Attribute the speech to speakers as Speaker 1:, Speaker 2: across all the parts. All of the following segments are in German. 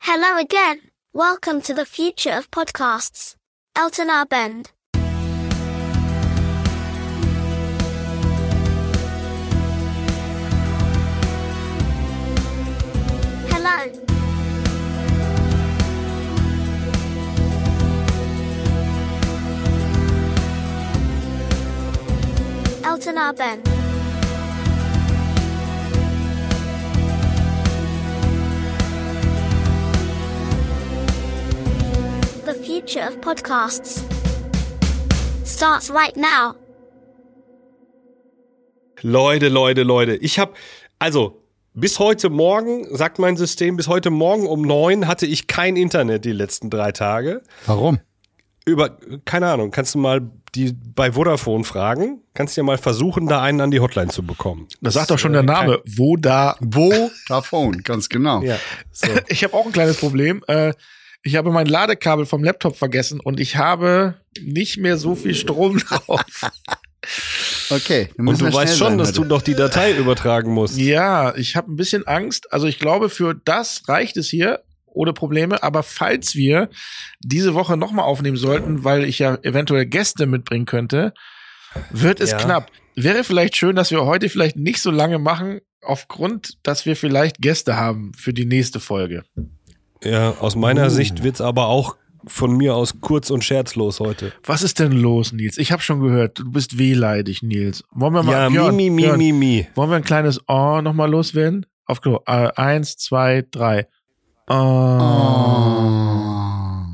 Speaker 1: Hello again. Welcome to the future of podcasts. Elton Arbend. Hello. Elton Arbend. The future of podcasts starts right now.
Speaker 2: Leute, Leute, Leute. Ich habe, also bis heute Morgen, sagt mein System, bis heute Morgen um neun hatte ich kein Internet die letzten drei Tage.
Speaker 3: Warum?
Speaker 2: Über, keine Ahnung, kannst du mal die bei Vodafone fragen? Kannst du ja mal versuchen, da einen an die Hotline zu bekommen. äh,
Speaker 4: Das sagt doch schon der Name. Wo da?
Speaker 3: Wo?
Speaker 5: Davon, ganz genau.
Speaker 2: Ja, so.
Speaker 4: Ich habe auch ein kleines Problem. Äh, Ich habe mein Ladekabel vom Laptop vergessen und ich habe nicht mehr so viel Strom drauf.
Speaker 5: Okay. wir
Speaker 2: Und
Speaker 5: müssen
Speaker 2: du
Speaker 5: ja
Speaker 2: weißt
Speaker 5: schnell
Speaker 2: schon,
Speaker 5: sein
Speaker 2: dass du
Speaker 5: heute.
Speaker 2: doch die Datei übertragen musst.
Speaker 4: ja, ich habe ein bisschen Angst. Also ich glaube, für das reicht es hier ohne Probleme. Aber falls wir diese Woche nochmal aufnehmen sollten, weil ich ja eventuell Gäste mitbringen könnte, wird es
Speaker 2: Ja.
Speaker 4: knapp. Wäre vielleicht schön, dass wir heute vielleicht nicht so lange machen, aufgrund, dass wir vielleicht Gäste haben für die nächste Folge.
Speaker 2: Ja, aus
Speaker 4: Uh.
Speaker 2: meiner Sicht wird's aber auch von mir aus kurz und scherzlos heute.
Speaker 4: Was ist denn los, Nils? Ich habe schon gehört, du bist wehleidig, Nils. Wollen wir mal
Speaker 2: Ja, mi,
Speaker 4: Björn,
Speaker 2: mi, mi,
Speaker 4: Björn,
Speaker 2: mi, mi.
Speaker 4: Wollen wir ein kleines Oh nochmal loswerden? Auf Klo. Äh, eins, zwei, drei. Oh.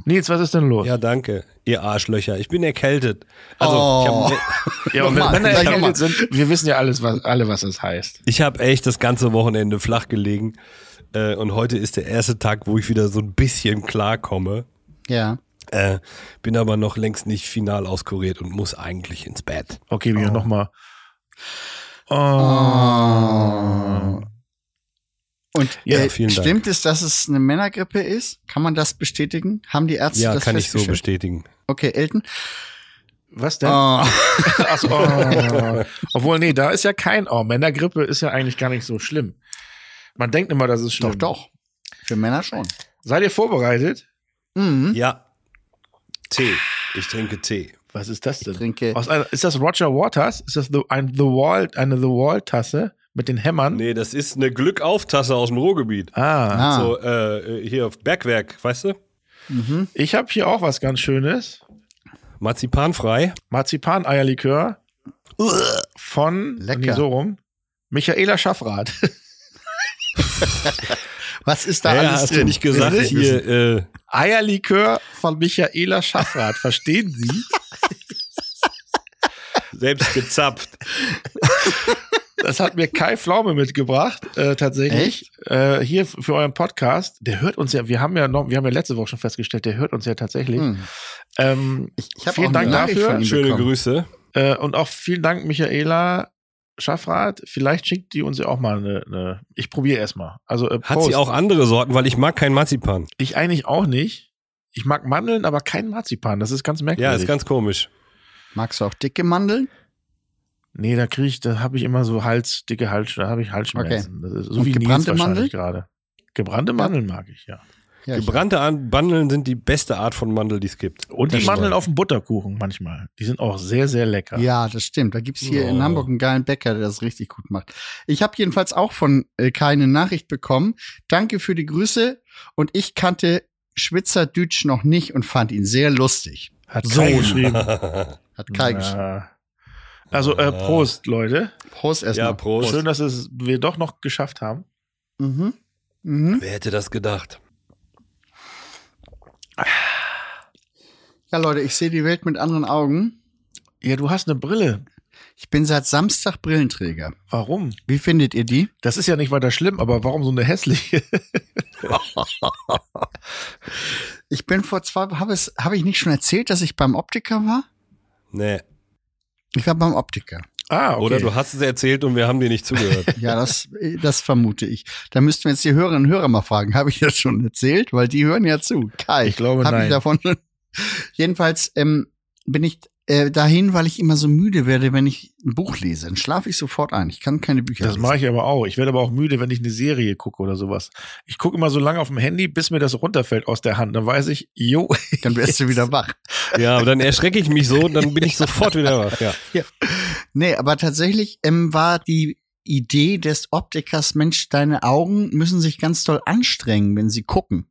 Speaker 4: Nils, was ist denn los?
Speaker 2: Ja, danke, ihr Arschlöcher. Ich bin erkältet. Also,
Speaker 4: Oh.
Speaker 2: ich habe
Speaker 4: Ja, und
Speaker 5: Nochmal,
Speaker 4: wenn Männer
Speaker 5: gleich
Speaker 4: erkältet
Speaker 5: nochmal.
Speaker 4: sind, wir wissen ja alles, was, alle, was das heißt.
Speaker 2: Ich habe echt das ganze Wochenende flach gelegen. Äh, und heute ist der erste Tag, wo ich wieder so ein bisschen klarkomme.
Speaker 5: Ja.
Speaker 2: Äh, bin aber noch längst nicht final auskuriert und muss eigentlich ins Bett.
Speaker 4: Okay, wir nochmal. Oh.
Speaker 5: Und
Speaker 2: Ah. Ja,
Speaker 5: äh,
Speaker 2: vielen Dank.
Speaker 5: stimmt es, dass es eine Männergrippe ist? Kann man das bestätigen? Haben die Ärzte
Speaker 2: Ja,
Speaker 5: das
Speaker 2: kann ich so
Speaker 5: festgestellt?
Speaker 2: bestätigen.
Speaker 5: Okay, Elton.
Speaker 4: Was denn?
Speaker 5: Oh.
Speaker 4: Ach so, oh. Obwohl, nee, da ist ja kein Oh. Männergrippe ist ja eigentlich gar nicht so schlimm. Man denkt immer, das ist schlimm.
Speaker 5: Doch, doch. Für Männer schon.
Speaker 4: Seid ihr vorbereitet?
Speaker 5: Mhm.
Speaker 2: Ja. Tee. Ich trinke Tee.
Speaker 4: Was ist das
Speaker 5: Ich
Speaker 4: denn?
Speaker 5: trinke.
Speaker 4: Aus einer, ist das Roger Waters? Ist das the, ein the Wall, eine The Wall-Tasse mit den Hämmern?
Speaker 2: Nee, das ist eine Glückauftasse aus dem Ruhrgebiet.
Speaker 4: Ah,
Speaker 5: Ah,
Speaker 2: So, äh, hier auf Bergwerk, weißt du?
Speaker 4: ich habe hier auch was ganz Schönes.
Speaker 2: Marzipanfrei.
Speaker 4: Marzipan-Eierlikör von
Speaker 5: Lecker.
Speaker 4: Nee, so rum. Michaela Schaffrath.
Speaker 5: was ist da alles
Speaker 2: hast
Speaker 5: drin?
Speaker 2: du nicht gesagt,
Speaker 5: Will ich wissen.
Speaker 2: hier, äh,
Speaker 4: Eierlikör von Michaela Schaffrath. Verstehen Sie?
Speaker 2: selbst gezapft.
Speaker 4: Das hat mir Kai Pflaume mitgebracht, äh, tatsächlich. Äh, hier f- für euren Podcast. Der hört uns ja, wir haben ja noch, wir haben ja letzte Woche schon festgestellt, der hört uns ja tatsächlich.
Speaker 5: Hm.
Speaker 4: Ähm,
Speaker 5: Ich, ich habe auch
Speaker 4: Vielen
Speaker 5: eine
Speaker 4: Dank
Speaker 5: Nachricht
Speaker 4: dafür.
Speaker 5: von ihm
Speaker 2: Schöne
Speaker 5: bekommen.
Speaker 2: Grüße.
Speaker 4: Äh, und auch vielen Dank, Michaela Schaffrath. Vielleicht schickt die uns ja auch mal eine. eine ich probiere erstmal. Also äh,
Speaker 2: Hat
Speaker 4: Prost.
Speaker 2: sie auch andere Sorten, weil ich mag kein Marzipan.
Speaker 4: Ich eigentlich auch nicht. Ich mag Mandeln, aber kein Marzipan. Das ist ganz merkwürdig.
Speaker 2: Ja, ist ganz komisch.
Speaker 5: Magst du auch dicke Mandeln?
Speaker 4: Nee, da kriege ich, da habe ich immer so Hals, dicke Hals, da habe ich Halsschmerzen. Das ist So
Speaker 5: Und
Speaker 4: wie
Speaker 5: gebrannte Mandeln?
Speaker 4: Nils wahrscheinlich gerade. Gebrannte Mandeln mag ich, ja.
Speaker 5: Ja, ich-
Speaker 2: Gebrannte An- Mandeln sind die beste Art von Mandel, die es gibt.
Speaker 4: Und die
Speaker 2: Das
Speaker 4: Mandeln
Speaker 2: stimmt.
Speaker 4: auf dem Butterkuchen manchmal. Die sind auch sehr, sehr lecker.
Speaker 5: Ja, das stimmt. Da gibt's hier in
Speaker 2: Oh.
Speaker 5: Hamburg einen geilen Bäcker, der das richtig gut macht. Ich habe jedenfalls auch von äh, keine Nachricht bekommen. Danke für die Grüße. Und ich kannte Schwitzer Dütsch noch nicht und fand ihn sehr lustig.
Speaker 4: Hat
Speaker 5: So.
Speaker 4: Kai geschrieben.
Speaker 5: Hat Kai geschrieben.
Speaker 4: Na. Also äh, Prost, Leute.
Speaker 5: Prost
Speaker 2: Ja,
Speaker 5: erstmal.
Speaker 2: Prost.
Speaker 4: Schön, dass es wir doch noch geschafft haben.
Speaker 5: mhm. Mhm.
Speaker 2: Wer hätte das gedacht?
Speaker 5: Ja, Leute, ich sehe die Welt mit anderen Augen.
Speaker 4: Ja, du hast eine Brille.
Speaker 5: Ich bin seit Samstag Brillenträger.
Speaker 4: Warum?
Speaker 5: Wie findet ihr die?
Speaker 4: Das ist ja nicht weiter schlimm, aber warum so eine hässliche?
Speaker 5: Ich bin vor zwei, habe es, habe ich nicht schon erzählt, dass ich beim Optiker war?
Speaker 2: Nee.
Speaker 5: Ich war beim Optiker.
Speaker 4: Ah, okay.
Speaker 2: Oder du hast es erzählt und wir haben dir nicht zugehört.
Speaker 5: Ja, das, das vermute ich. Da müssten wir jetzt die Hörerinnen und Hörer mal fragen. Habe ich das schon erzählt? Weil die hören ja zu. Kai.
Speaker 4: Ich glaube,
Speaker 5: hab
Speaker 4: nein.
Speaker 5: Ich davon schon. Jedenfalls ähm, bin ich äh, äh, dahin, weil ich immer so müde werde, wenn ich ein Buch lese. Dann schlafe ich sofort ein. Ich kann keine Bücher
Speaker 4: Das
Speaker 5: lesen.
Speaker 4: mache ich aber auch. Ich werde aber auch müde, wenn ich eine Serie gucke oder sowas. Ich gucke immer so lange auf dem Handy, bis mir das runterfällt aus der Hand. Dann weiß ich, jo,
Speaker 5: Dann wärst du wieder wach.
Speaker 2: Ja, aber dann erschrecke ich mich so und dann bin ich sofort wieder wach. Ja.
Speaker 5: Nee, aber tatsächlich ähm, war die Idee des Optikers, Mensch, deine Augen müssen sich ganz doll anstrengen, wenn sie gucken.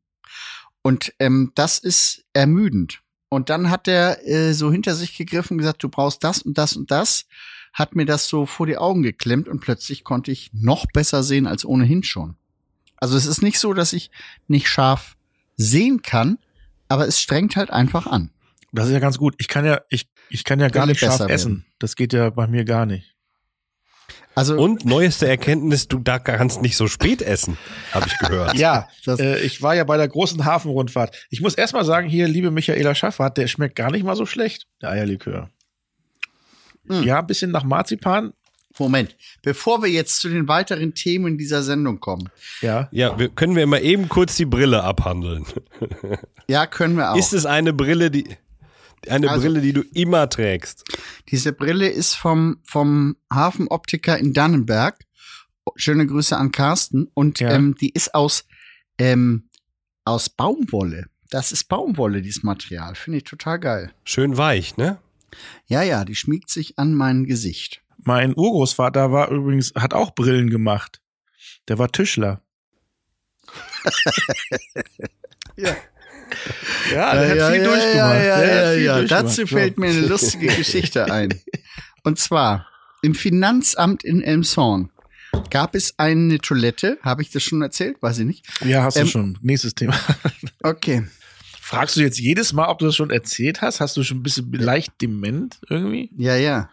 Speaker 5: Und ähm, das ist ermüdend. Und dann hat er äh, so hinter sich gegriffen und gesagt, du brauchst das und das und das, hat mir das so vor die Augen geklemmt und plötzlich konnte ich noch besser sehen als ohnehin schon. Also es ist nicht so, dass ich nicht scharf sehen kann, aber es strengt halt einfach an.
Speaker 4: das ist ja ganz gut. Ich kann ja, ich, ich kann ja gar
Speaker 5: Brille
Speaker 4: nicht scharf
Speaker 5: besser
Speaker 4: essen. Das geht ja bei mir gar nicht.
Speaker 5: Also
Speaker 2: Und neueste Erkenntnis, du da kannst nicht so spät essen, habe ich gehört.
Speaker 4: Ja,
Speaker 5: das,
Speaker 4: äh, ich war ja bei der großen Hafenrundfahrt. Ich muss erstmal sagen, hier, liebe Michaela Schaffrath, der schmeckt gar nicht mal so schlecht, der Eierlikör.
Speaker 5: Mm.
Speaker 4: Ja, ein bisschen nach Marzipan.
Speaker 5: Moment, bevor wir jetzt zu den weiteren Themen dieser Sendung kommen.
Speaker 4: Ja.
Speaker 2: Ja, wir, können wir mal eben kurz die Brille abhandeln.
Speaker 5: Ja, können wir auch.
Speaker 2: Ist es eine Brille, die eine
Speaker 5: Also-
Speaker 2: Brille, die du immer trägst?
Speaker 5: Diese Brille ist vom, vom Hafenoptiker in Dannenberg. Schöne Grüße an Carsten. Und
Speaker 4: Ja.
Speaker 5: ähm, die ist aus, ähm, aus Baumwolle. Das ist Baumwolle, dieses Material. Finde ich total geil.
Speaker 2: Schön weich, ne?
Speaker 5: Ja, ja, die schmiegt sich an mein Gesicht.
Speaker 4: Mein Urgroßvater war übrigens, hat auch Brillen gemacht. Der war Tischler.
Speaker 5: Ja.
Speaker 4: Ja, der hat viel durchgemacht.
Speaker 5: Ja,
Speaker 4: Der
Speaker 5: ja,
Speaker 4: hat viel
Speaker 5: ja, ja.
Speaker 4: durchgemacht.
Speaker 5: Dazu
Speaker 4: So.
Speaker 5: fällt mir eine lustige Geschichte ein. Und zwar im Finanzamt in Elmshorn gab es eine Toilette. Habe ich das schon erzählt? Weiß ich nicht.
Speaker 4: Ja, hast
Speaker 5: Ähm,
Speaker 4: du schon. Nächstes Thema.
Speaker 5: Okay.
Speaker 4: Fragst du jetzt jedes Mal, ob du das schon erzählt hast? Hast du schon ein bisschen leicht dement irgendwie?
Speaker 5: Ja, ja.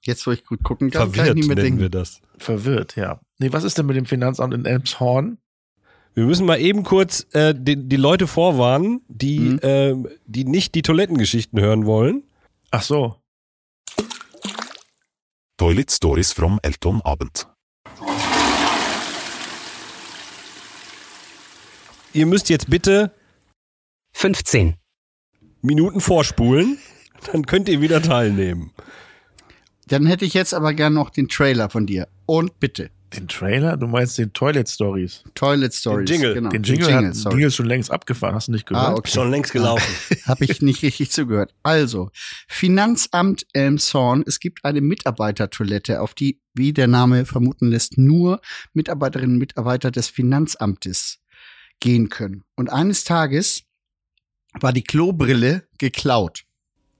Speaker 5: Jetzt, wo ich gut gucken kann, kann ich
Speaker 2: Verwirrt
Speaker 5: nicht mehr
Speaker 2: nennen
Speaker 5: denken.
Speaker 2: wir das.
Speaker 4: Verwirrt, ja. Nee, was ist denn mit dem Finanzamt in Elmshorn?
Speaker 2: Wir müssen mal eben kurz äh, die, die Leute vorwarnen, die,
Speaker 5: Mhm.
Speaker 2: ähm, die nicht die Toilettengeschichten hören wollen.
Speaker 4: Ach so.
Speaker 3: Toilet Stories from Elton Abend.
Speaker 2: Ihr müsst jetzt bitte
Speaker 6: 15.
Speaker 2: Minuten vorspulen, dann könnt ihr wieder teilnehmen.
Speaker 5: Dann hätte ich jetzt aber gern noch den Trailer von dir. Und bitte.
Speaker 4: Den Trailer? Du meinst den Toilet Stories?
Speaker 5: Toilet Stories.
Speaker 2: Den Jingle.
Speaker 5: Genau.
Speaker 4: Den Jingle, hat
Speaker 5: sorry.
Speaker 4: Jingle ist schon längst abgefahren, hast du nicht gehört?
Speaker 5: Ah, okay.
Speaker 2: Schon längst gelaufen.
Speaker 5: Habe ich nicht richtig zugehört. Also, Finanzamt Elmshorn, es gibt eine Mitarbeitertoilette, auf die, wie der Name vermuten lässt, nur Mitarbeiterinnen und Mitarbeiter des Finanzamtes gehen können. Und eines Tages war die Klobrille geklaut.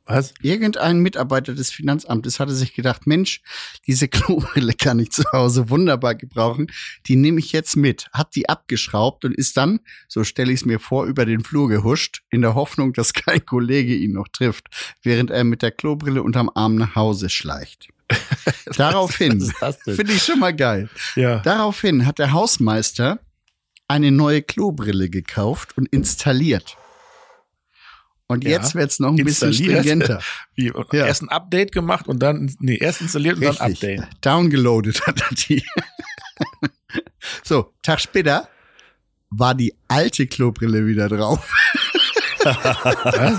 Speaker 4: Was?
Speaker 5: Irgendein Mitarbeiter des Finanzamtes hatte sich gedacht, Mensch, diese Klobrille kann ich zu Hause wunderbar gebrauchen, die nehme ich jetzt mit, hat die abgeschraubt und ist dann, so stelle ich es mir vor, über den Flur gehuscht, in der Hoffnung, dass kein Kollege ihn noch trifft, während er mit der Klobrille unterm Arm nach Hause schleicht. Daraufhin,
Speaker 4: das
Speaker 5: finde ich schon mal geil,
Speaker 4: Ja.
Speaker 5: daraufhin hat der Hausmeister eine neue Klobrille gekauft und installiert. Und
Speaker 4: Ja.
Speaker 5: jetzt wird's noch ein bisschen
Speaker 4: Installiert.
Speaker 5: stringenter.
Speaker 4: Wie,
Speaker 5: Ja.
Speaker 4: Erst ein Update gemacht und dann, nee, erst installiert und dann
Speaker 5: Richtig.
Speaker 4: Update.
Speaker 5: Downgeloadet hat er die. so, Tag später war die alte Klobrille wieder drauf.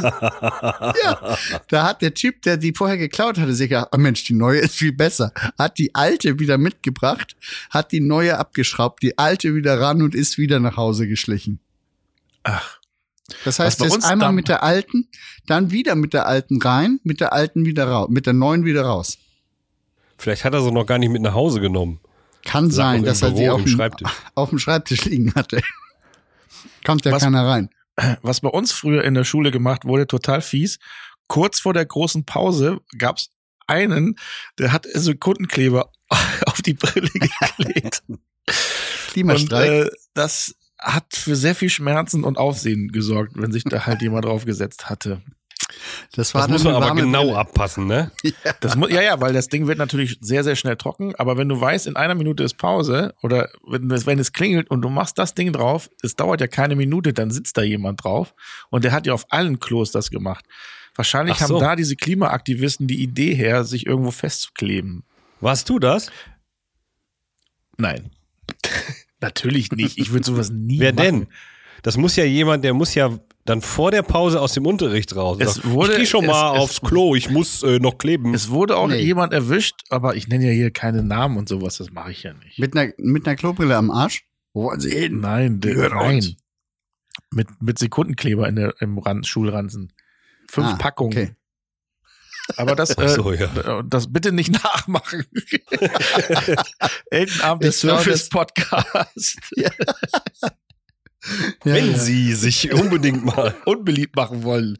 Speaker 5: ja, da hat der Typ, der die vorher geklaut hatte, sich gedacht, oh Mensch, die neue ist viel besser. Hat die alte wieder mitgebracht, hat die neue abgeschraubt, die alte wieder ran und ist wieder nach Hause geschlichen.
Speaker 4: Ach,
Speaker 5: Das heißt,
Speaker 4: bei
Speaker 5: er ist
Speaker 4: uns
Speaker 5: einmal
Speaker 4: dam-
Speaker 5: mit der alten, dann wieder mit der alten rein, mit der alten wieder raus, mit der neuen wieder raus.
Speaker 2: Vielleicht hat er sie noch gar nicht mit nach Hause genommen.
Speaker 5: Kann
Speaker 2: Lag
Speaker 5: sein,
Speaker 2: noch im
Speaker 5: dass er
Speaker 2: Büro,
Speaker 5: sie auf
Speaker 2: im
Speaker 5: dem,
Speaker 2: Schreibtisch.
Speaker 5: auf dem Schreibtisch liegen hatte. Kommt ja
Speaker 4: Was-
Speaker 5: keiner rein.
Speaker 4: was bei uns früher in der Schule gemacht wurde, total fies. Kurz vor der großen Pause gab's einen, der hat Sekundenkleber auf die Brille geklebt. und
Speaker 5: Klimastreik.
Speaker 4: äh, das hat für sehr viel Schmerzen und Aufsehen gesorgt, wenn sich da halt jemand draufgesetzt hatte.
Speaker 5: das war
Speaker 2: äh, Das muss
Speaker 5: dann
Speaker 2: man
Speaker 5: eine
Speaker 2: aber
Speaker 5: warme
Speaker 2: genau
Speaker 5: Brille.
Speaker 2: abpassen, ne?
Speaker 4: Das mu- ja, ja, weil das Ding wird natürlich sehr, sehr schnell trocken. Aber wenn du weißt, in einer Minute ist Pause oder wenn, das, wenn es klingelt und du machst das Ding drauf, es dauert ja keine Minute, dann sitzt da jemand drauf. Und der hat ja auf allen Klos das gemacht. Wahrscheinlich
Speaker 2: Ach
Speaker 4: haben
Speaker 2: so.
Speaker 4: da diese Klimaaktivisten die Idee her, sich irgendwo festzukleben.
Speaker 2: Warst du das?
Speaker 4: Nein. natürlich nicht. Ich würde sowas nie
Speaker 2: Wer
Speaker 4: machen.
Speaker 2: denn? Das muss ja jemand, der muss ja dann vor der Pause aus dem Unterricht raus. und
Speaker 4: Es
Speaker 2: sagt,
Speaker 4: wurde-
Speaker 2: ich gehe schon
Speaker 4: es-
Speaker 2: mal
Speaker 4: es-
Speaker 2: aufs Klo, ich muss äh, noch kleben.
Speaker 4: Es wurde auch
Speaker 5: Nee.
Speaker 4: jemand erwischt, aber ich nenne ja hier keine Namen und sowas, das mache ich ja nicht.
Speaker 5: Mit einer, mit einer Klobrille am Arsch? Wo wollen Sie hin?
Speaker 4: Nein, der-
Speaker 5: Hört uns.
Speaker 4: nein. Mit, mit Sekundenkleber in der, im Ran Schulranzen. Fünf
Speaker 5: Ah,
Speaker 4: Packungen.
Speaker 5: okay.
Speaker 4: Aber das,
Speaker 2: Ach
Speaker 4: äh,
Speaker 2: so, ja.
Speaker 4: das bitte nicht nachmachen. Elten Abend des
Speaker 5: Das war
Speaker 4: Surface Podcast.
Speaker 5: Ja,
Speaker 2: Wenn
Speaker 5: ja.
Speaker 2: sie sich unbedingt mal.
Speaker 4: Unbeliebt machen wollen.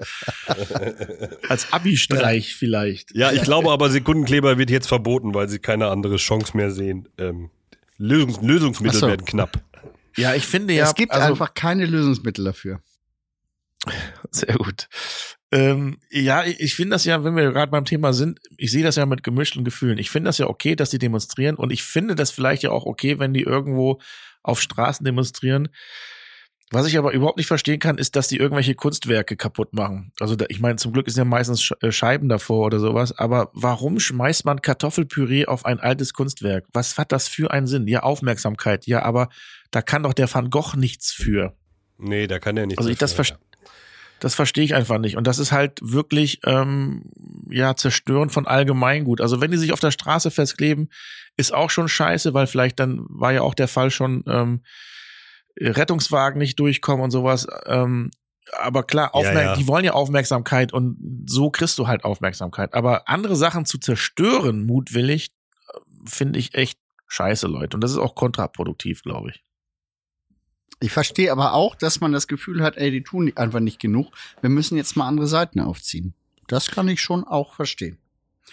Speaker 4: Als Abi-Streich vielleicht.
Speaker 2: Ja, ich glaube aber, Sekundenkleber wird jetzt verboten, weil sie keine andere Chance mehr sehen. Ähm, Lösungs Lösungsmittel
Speaker 5: Ach so.
Speaker 2: werden knapp.
Speaker 4: Ja, also ich finde
Speaker 5: es gibt
Speaker 2: also
Speaker 5: einfach keine Lösungsmittel dafür.
Speaker 4: Sehr gut. Ähm, ja, ich, ich finde das ja, wenn wir gerade beim Thema sind, ich sehe das ja mit gemischten Gefühlen. Ich finde das ja okay, dass die demonstrieren und ich finde das vielleicht ja auch okay, wenn die irgendwo auf Straßen demonstrieren. Was ich aber überhaupt nicht verstehen kann, ist, dass die irgendwelche Kunstwerke kaputt machen. Also da, ich meine, zum Glück sind ja meistens Sch äh, Scheiben davor oder sowas, aber warum schmeißt man Kartoffelpüree auf ein altes Kunstwerk? Was hat das für einen Sinn? Ja, Aufmerksamkeit, ja, aber da kann doch der Van Gogh nichts für.
Speaker 2: Nee, da kann er nicht.
Speaker 4: Also ich das
Speaker 2: dafür.
Speaker 4: verstehe. Das verstehe ich einfach nicht. Und das ist halt wirklich ähm, ja Zerstören von Allgemeingut. Also wenn die sich auf der Straße festkleben, ist auch schon scheiße, weil vielleicht dann war ja auch der Fall schon ähm, Rettungswagen nicht durchkommen und sowas. Ähm, aber klar,
Speaker 2: Ja,
Speaker 4: aufmerk-
Speaker 2: ja.
Speaker 4: die wollen ja Aufmerksamkeit und so kriegst du halt Aufmerksamkeit. Aber andere Sachen zu zerstören, mutwillig, äh, finde ich echt scheiße, Leute. Und das ist auch kontraproduktiv, glaube ich.
Speaker 5: Ich verstehe aber auch, dass man das Gefühl hat, ey, die tun einfach nicht genug. Wir müssen jetzt mal andere Seiten aufziehen. Das kann ich schon auch verstehen.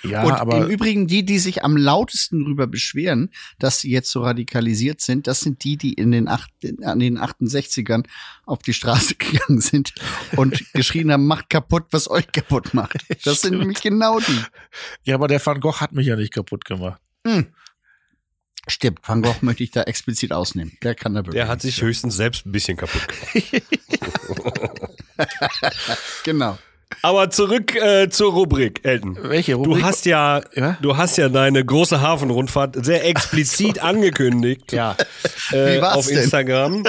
Speaker 4: Ja,
Speaker 5: Und im Übrigen, die, die sich am lautesten darüber beschweren, dass sie jetzt so radikalisiert sind, das sind die, die in den, acht, an den 68ern auf die Straße gegangen sind und geschrien haben, macht kaputt, was euch kaputt macht. Das sind
Speaker 4: Stimmt.
Speaker 5: nämlich genau die.
Speaker 4: Ja, aber der Van Gogh hat mich ja nicht kaputt gemacht.
Speaker 5: Stimmt, Van Gogh möchte ich da explizit ausnehmen. Der kann da wirklich.
Speaker 2: Der hat sich höchstens selbst ein bisschen kaputt gemacht.
Speaker 5: Genau.
Speaker 2: Aber zurück äh, zur Rubrik, Elton.
Speaker 4: Welche
Speaker 2: Du
Speaker 4: Rubrik?
Speaker 2: hast ja,
Speaker 4: Ja?
Speaker 2: du hast ja deine große Hafenrundfahrt sehr explizit angekündigt.
Speaker 4: ja,
Speaker 2: äh,
Speaker 5: Wie war's
Speaker 2: auf
Speaker 5: denn?
Speaker 2: Instagram.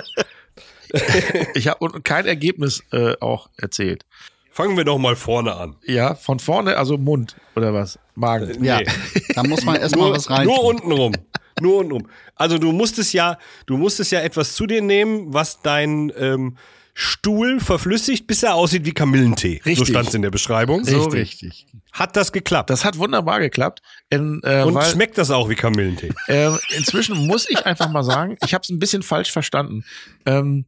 Speaker 4: ich habe kein Ergebnis äh, auch erzählt.
Speaker 2: Fangen wir doch mal vorne an.
Speaker 4: Ja, von vorne, also Mund oder was? Magen.
Speaker 5: Ja,
Speaker 2: Nee.
Speaker 5: da muss man erstmal
Speaker 2: Nur,
Speaker 5: was rein.
Speaker 2: nur untenrum. Nur untenrum. Also du musstest ja, du musstest ja etwas zu dir nehmen, was dein ähm, Stuhl verflüssigt, bis er aussieht wie Kamillentee. So
Speaker 4: Richtig.
Speaker 2: stand es in der Beschreibung.
Speaker 5: so richtig.
Speaker 2: Hat das geklappt?
Speaker 4: Das hat wunderbar geklappt. In, äh,
Speaker 2: Und
Speaker 4: weil,
Speaker 2: schmeckt das auch wie Kamillentee?
Speaker 4: ähm, inzwischen muss ich einfach mal sagen, ich habe es ein bisschen falsch verstanden. Ähm,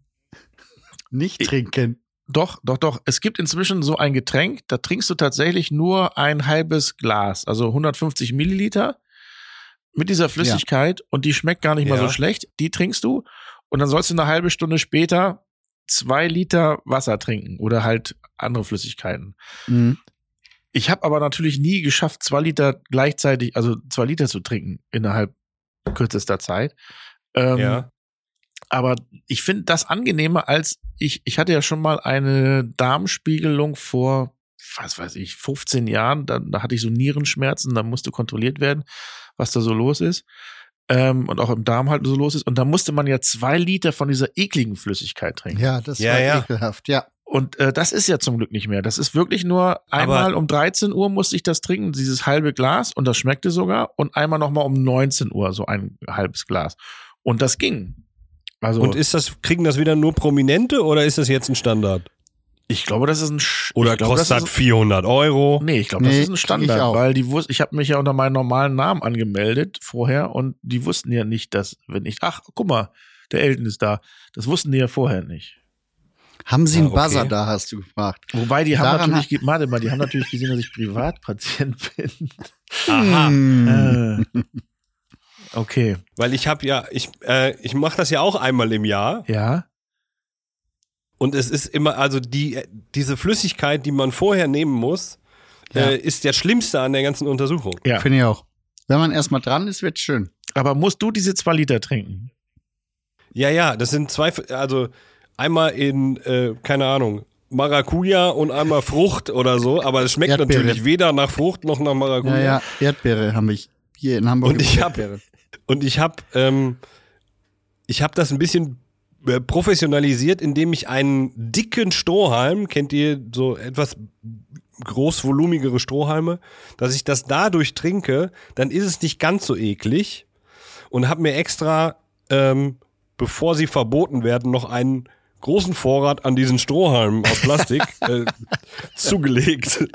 Speaker 5: Nicht trinken.
Speaker 4: doch, doch, doch. Es gibt inzwischen so ein Getränk, da trinkst du tatsächlich nur ein halbes Glas, also 150 Milliliter mit dieser Flüssigkeit und die schmeckt gar nicht mal
Speaker 2: Ja.
Speaker 4: so schlecht. Die trinkst du und dann sollst du eine halbe Stunde später zwei Liter Wasser trinken oder halt andere Flüssigkeiten.
Speaker 5: Mhm.
Speaker 4: Ich habe aber natürlich nie geschafft, zwei Liter gleichzeitig, also zwei Liter zu trinken innerhalb kürzester Zeit. Ähm,
Speaker 2: Ja.
Speaker 4: aber ich finde das angenehmer als ich, ich hatte ja schon mal eine Darmspiegelung vor, was weiß ich, 15 Jahren. Da, da hatte ich so Nierenschmerzen, da musste kontrolliert werden, was da so los ist. Ähm, und auch im Darm halt so los ist. Und da musste man ja zwei Liter von dieser ekligen Flüssigkeit trinken.
Speaker 5: Ja, das
Speaker 2: Ja,
Speaker 5: war
Speaker 2: ja.
Speaker 5: ekelhaft. Ja,
Speaker 4: Und äh, das ist ja zum Glück nicht mehr. Das ist wirklich nur einmal um 13 Uhr musste ich das trinken, dieses halbe Glas, und das schmeckte sogar. Und einmal nochmal um 19 Uhr so ein halbes Glas. Und das ging. Also
Speaker 2: Und ist das, kriegen das wieder nur Prominente oder ist das jetzt ein Standard?
Speaker 4: ich glaube, das ist ein Sch
Speaker 2: Oder
Speaker 4: ich glaube,
Speaker 2: kostet
Speaker 4: das
Speaker 2: das
Speaker 4: ist,
Speaker 2: 400 Euro?
Speaker 4: Nee, ich glaube,
Speaker 5: Nee,
Speaker 4: das ist ein Standard,
Speaker 5: ich auch.
Speaker 4: weil die wussten, ich habe mich ja unter meinen normalen Namen angemeldet vorher und die wussten ja nicht, dass wenn ich ach, guck mal, der Elton ist da. Das wussten die ja vorher nicht.
Speaker 5: Haben Sie einen
Speaker 2: Ah, okay.
Speaker 5: Buzzer da, hast du gefragt.
Speaker 4: Wobei die haben
Speaker 5: Daran
Speaker 4: natürlich, ge- warte mal, die haben natürlich gesehen, dass ich Privatpatient bin.
Speaker 2: Aha.
Speaker 5: Hm.
Speaker 4: Äh. Okay,
Speaker 2: Weil ich habe ja, ich, äh, ich mache das ja auch einmal im Jahr
Speaker 4: ja.
Speaker 2: und es ist immer, also die, äh, diese Flüssigkeit, die man vorher nehmen muss,
Speaker 5: Ja.
Speaker 2: äh, ist der schlimmste an der ganzen Untersuchung.
Speaker 4: Ja.
Speaker 5: Finde ich auch. Wenn man erstmal dran ist, wird schön.
Speaker 4: Aber musst du diese zwei Liter trinken?
Speaker 2: Ja, ja, das sind zwei, also einmal in, äh, keine Ahnung, Maracuja und einmal Frucht oder so, aber es schmeckt
Speaker 5: Erdbeere.
Speaker 2: natürlich weder nach Frucht noch nach Maracuja.
Speaker 5: Ja, ja, Erdbeere haben wir hier in Hamburg.
Speaker 2: Und ich
Speaker 5: über
Speaker 2: hab-
Speaker 5: Erdbeere.
Speaker 2: Und ich habe ähm, ich habe das ein bisschen äh, professionalisiert, indem ich einen dicken Strohhalm, kennt ihr so etwas großvolumigere Strohhalme, dass ich das dadurch trinke, dann ist es nicht ganz so eklig und habe mir extra, ähm, bevor sie verboten werden, noch einen großen Vorrat an diesen Strohhalmen aus Plastik äh, zugelegt.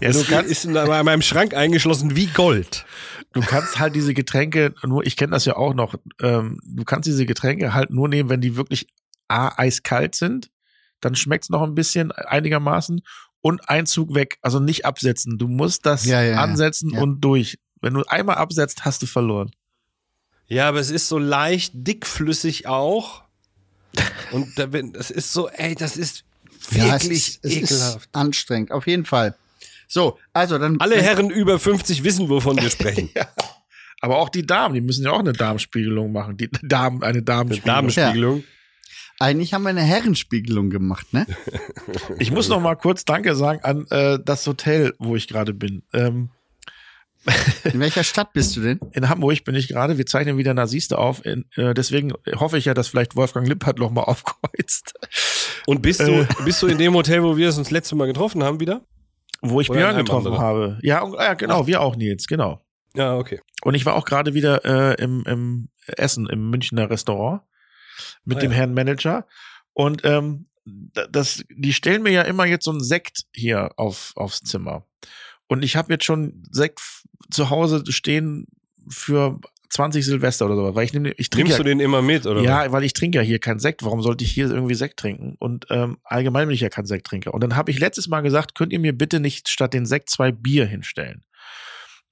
Speaker 4: Ja, du,
Speaker 2: Das
Speaker 4: kannst,
Speaker 2: ist in meinem Schrank eingeschlossen wie Gold.
Speaker 4: du kannst halt diese Getränke nur, ich kenne das ja auch noch, ähm, du kannst diese Getränke halt nur nehmen, wenn die wirklich A, eiskalt sind, dann schmeckt's noch ein bisschen einigermaßen und Einzug weg, also nicht absetzen. Du musst das
Speaker 5: Ja, ja, ja.
Speaker 4: ansetzen
Speaker 5: Ja.
Speaker 4: und durch. Wenn du einmal absetzt, hast du verloren.
Speaker 2: Ja, aber es ist so leicht dickflüssig auch. Und da bin, das ist so, ey, das ist
Speaker 5: Ja, es
Speaker 2: wirklich
Speaker 5: ist- es
Speaker 2: ekelhaft.
Speaker 5: Ist anstrengend, auf jeden Fall. So, also dann.
Speaker 2: Alle Herren über 50 wissen, wovon wir sprechen.
Speaker 4: Aber auch die Damen, die müssen ja auch eine Darmspiegelung machen. Die Damen, eine
Speaker 2: Eine
Speaker 4: Darmspiegelung.
Speaker 2: Damenspiegelung.
Speaker 5: Eigentlich haben wir eine Herrenspiegelung gemacht, ne?
Speaker 4: Ich muss noch mal kurz Danke sagen an äh, das Hotel, wo ich gerade bin. Ähm,
Speaker 5: In welcher Stadt bist du denn?
Speaker 4: in Hamburg bin ich gerade. Wir zeichnen wieder Nasiste auf. In, äh, deswegen hoffe ich ja, dass vielleicht Wolfgang Lippert noch mal aufkreuzt.
Speaker 2: Und bist du,
Speaker 5: Äh.
Speaker 2: bist du in dem Hotel, wo wir es uns letzte Mal getroffen haben, wieder?
Speaker 4: Wo ich
Speaker 2: Oder in
Speaker 4: Björn
Speaker 2: einem
Speaker 4: getroffen
Speaker 2: anderen.
Speaker 4: habe. Ja, und- ja genau. Wir auch, Nils. Genau.
Speaker 2: Ja, okay.
Speaker 4: Und ich war auch gerade wieder äh, im, im Essen, im Münchner Restaurant mit
Speaker 2: Ah,
Speaker 4: dem
Speaker 2: ja.
Speaker 4: Herrn Manager. Und ähm, da- das, die stellen mir ja immer jetzt so einen Sekt hier auf, aufs Zimmer. Und ich habe jetzt schon Sekt f- zu Hause stehen für 20 Silvester oder so, weil ich nehme, ich trinke
Speaker 2: Nimmst
Speaker 4: ja,
Speaker 2: du den immer mit, oder? was?
Speaker 4: ja, weil ich trinke ja hier keinen Sekt. Warum sollte ich hier irgendwie Sekt trinken? Und ähm, allgemein bin ich ja kein Sekttrinker. Und dann habe ich letztes Mal gesagt, könnt ihr mir bitte nicht statt den Sekt zwei Bier hinstellen?